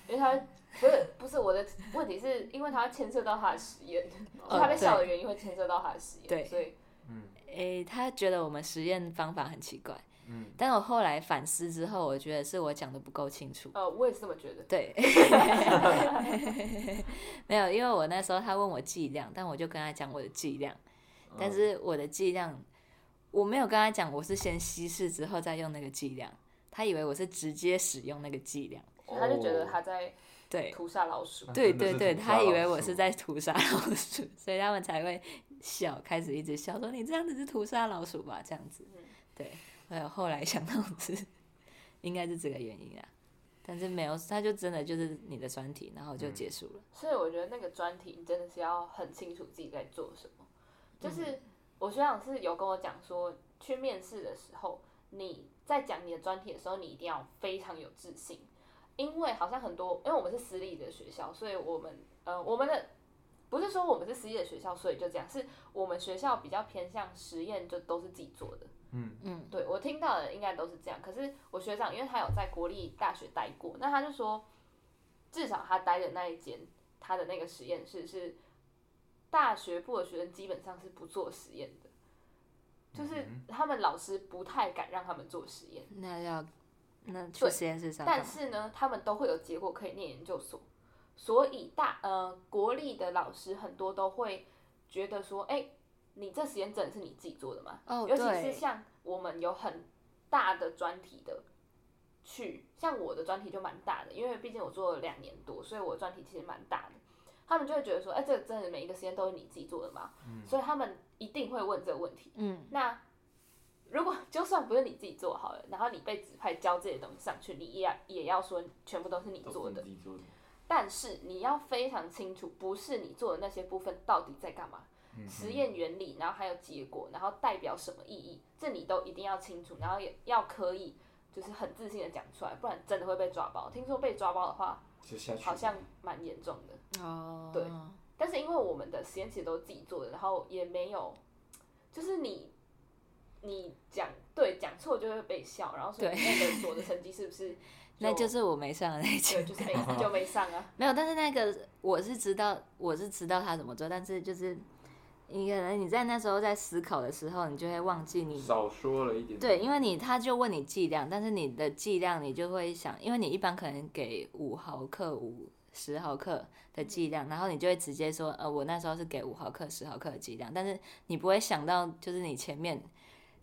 Speaker 3: 因为他不是不是我的问题是，因为他牵涉到他的实验，
Speaker 2: 哦
Speaker 1: 嗯
Speaker 3: 他被笑的原因会牵涉到他的实验，
Speaker 2: 对
Speaker 3: 所以
Speaker 2: 诶，他觉得我们实验方法很奇怪，
Speaker 1: 嗯，
Speaker 2: 但我后来反思之后，我觉得是我讲的不够清楚，
Speaker 3: 呃，我也是这么觉得。
Speaker 2: 对，没有，因为我那时候他问我剂量，但我就跟他讲我的剂量。
Speaker 1: 嗯
Speaker 2: 但是我的剂量，我没有跟他讲，我是先稀释之后再用那个剂量，他以为我是直接使用那个剂量，
Speaker 3: 所以他就觉得
Speaker 1: 哦
Speaker 3: 他在
Speaker 2: 对。
Speaker 3: 屠杀老鼠。
Speaker 2: 对
Speaker 1: 啊真的
Speaker 2: 对
Speaker 1: 是
Speaker 2: 对，
Speaker 1: 屠杀
Speaker 2: 他以
Speaker 1: 老
Speaker 2: 为我
Speaker 1: 鼠
Speaker 2: 是在屠杀老鼠，所以他们才会笑，开始一直笑说你这样子是屠杀老鼠吧？这样子
Speaker 3: 嗯，
Speaker 2: 对。还有后来想到是应该是这个原因啊，但是没有，他就真的就是你的专题，然后就
Speaker 1: 嗯
Speaker 2: 结束了。
Speaker 3: 所以我觉得那个专题真的是要很清楚自己在做什么。就是我学长是有跟我讲说，去面试的时候，你在讲你的专题的时候，你一定要非常有自信，因为好像很多，因为我们是私立的学校，所以我们呃我们的不是说我们是私立的学校，所以就这样，是我们学校比较偏向实验，就都是自己做的。
Speaker 2: 嗯
Speaker 3: 对我听到的应该都是这样。可是我学长，因为他有在国立大学待过，那他就说，至少他待的那一间，他的那个实验室是大学部的学生基本上是不做实验的，就是他们老师不太敢让他们做实验。
Speaker 2: 那要那去
Speaker 3: 对
Speaker 2: 实验室上干
Speaker 3: 但
Speaker 2: 嘛，
Speaker 3: 是呢，他们都会有结果可以念研究所，所以大呃国立的老师很多都会觉得说，哎、你这实验真的是你自己做的吗？
Speaker 2: 哦
Speaker 3: 尤其是
Speaker 2: 对
Speaker 3: 像我们有很大的专题的去，像我的专题就蛮大的，因为毕竟我做了两年多，所以我的专题其实蛮大的。他们就会觉得说，哎、这个真的每一个实验都是你自己做的吗？
Speaker 1: 嗯
Speaker 3: 所以他们一定会问这个问题。
Speaker 2: 嗯
Speaker 3: 那如果 就算不是你自己做好了，然后你被指派交这些东西上去，你也要也要说全部都是你
Speaker 1: 都是
Speaker 3: 做
Speaker 1: 你
Speaker 3: 的
Speaker 1: 自，己做的，
Speaker 3: 但是你要非常清楚，不是你做的那些部分到底在干嘛，
Speaker 1: 嗯
Speaker 3: 实验原理，然后还有结果，然后代表什么意义，这你都一定要清楚，然后也要可以就是很自信的讲出来，不然真的会被抓包。听说被抓包的话，
Speaker 1: 就下去了，
Speaker 3: 好像蛮严重的。
Speaker 2: 哦
Speaker 3: 对但是因为我们的实验其实都是自己做的，然后也没有，就是你你讲对讲错就会被笑，然后所以
Speaker 2: 对
Speaker 3: 那个所的成绩是不是
Speaker 2: 那就是我没上的那一节
Speaker 3: 对，就是没就没上啊？
Speaker 2: 没有，但是那个我是知道，我是知道他怎么做，但是就是你可能你在那时候在思考的时候，你就会忘记你
Speaker 1: 少说了一点，
Speaker 2: 对，因为你他就问你剂量，但是你的剂量你就会想，因为你一般可能给五毫克、五十毫克的剂量，然后你就会直接说，呃，我那时候是给五毫克、十毫克的剂量，但是你不会想到就是你前面。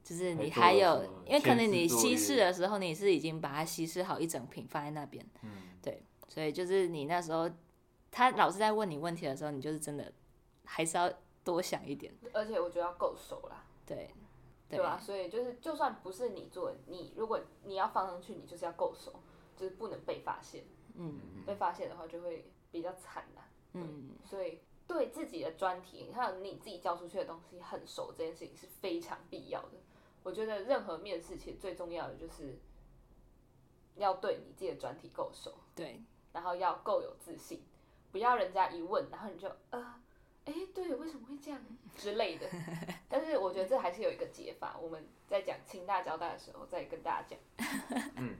Speaker 2: 就是你
Speaker 1: 还
Speaker 2: 还
Speaker 1: 做了
Speaker 2: 有
Speaker 1: 什么，
Speaker 2: 因为可能
Speaker 1: 前置
Speaker 2: 你
Speaker 1: 作
Speaker 2: 稀
Speaker 1: 业
Speaker 2: 释的时候你是已经把它稀释好一整瓶放在那边，
Speaker 1: 嗯，
Speaker 2: 所以就是你那时候他老师在问你问题的时候，你就是真的还是要多想一点，
Speaker 3: 而且我觉得要够熟啦，
Speaker 2: 对啊
Speaker 3: 对啊吧？所以就是，就算不是你做，你如果你要放上去，你就是要够熟，就是不能被发现。
Speaker 2: 嗯
Speaker 3: 被发现的话就会比较惨啦、
Speaker 2: 嗯
Speaker 3: 所以对自己的专题，还有你自己教出去的东西很熟，这件事情是非常必要的。我觉得任何面试其实最重要的就是要对你自己的专题够熟，
Speaker 2: 对
Speaker 3: 然后要够有自信，不要人家一问，然后你就呃。哎，对，为什么会这样之类的？但是我觉得这还是有一个解法，我们在讲清大交大的时候再跟大家讲。
Speaker 1: 嗯，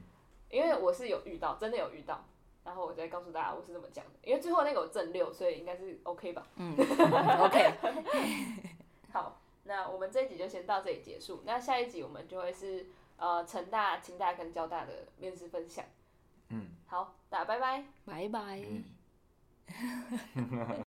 Speaker 3: 因为我是有遇到，真的有遇到，然后我再告诉大家我是怎么讲的。因为最后那个有正六，所以应该是 OK 吧。
Speaker 2: 嗯，OK，
Speaker 3: 好，那我们这一集就先到这里结束。那下一集我们就会是呃成大、清大跟交大的面试分享。
Speaker 1: 嗯，
Speaker 3: 嗯好，大家拜拜。
Speaker 2: 拜拜。
Speaker 1: 嗯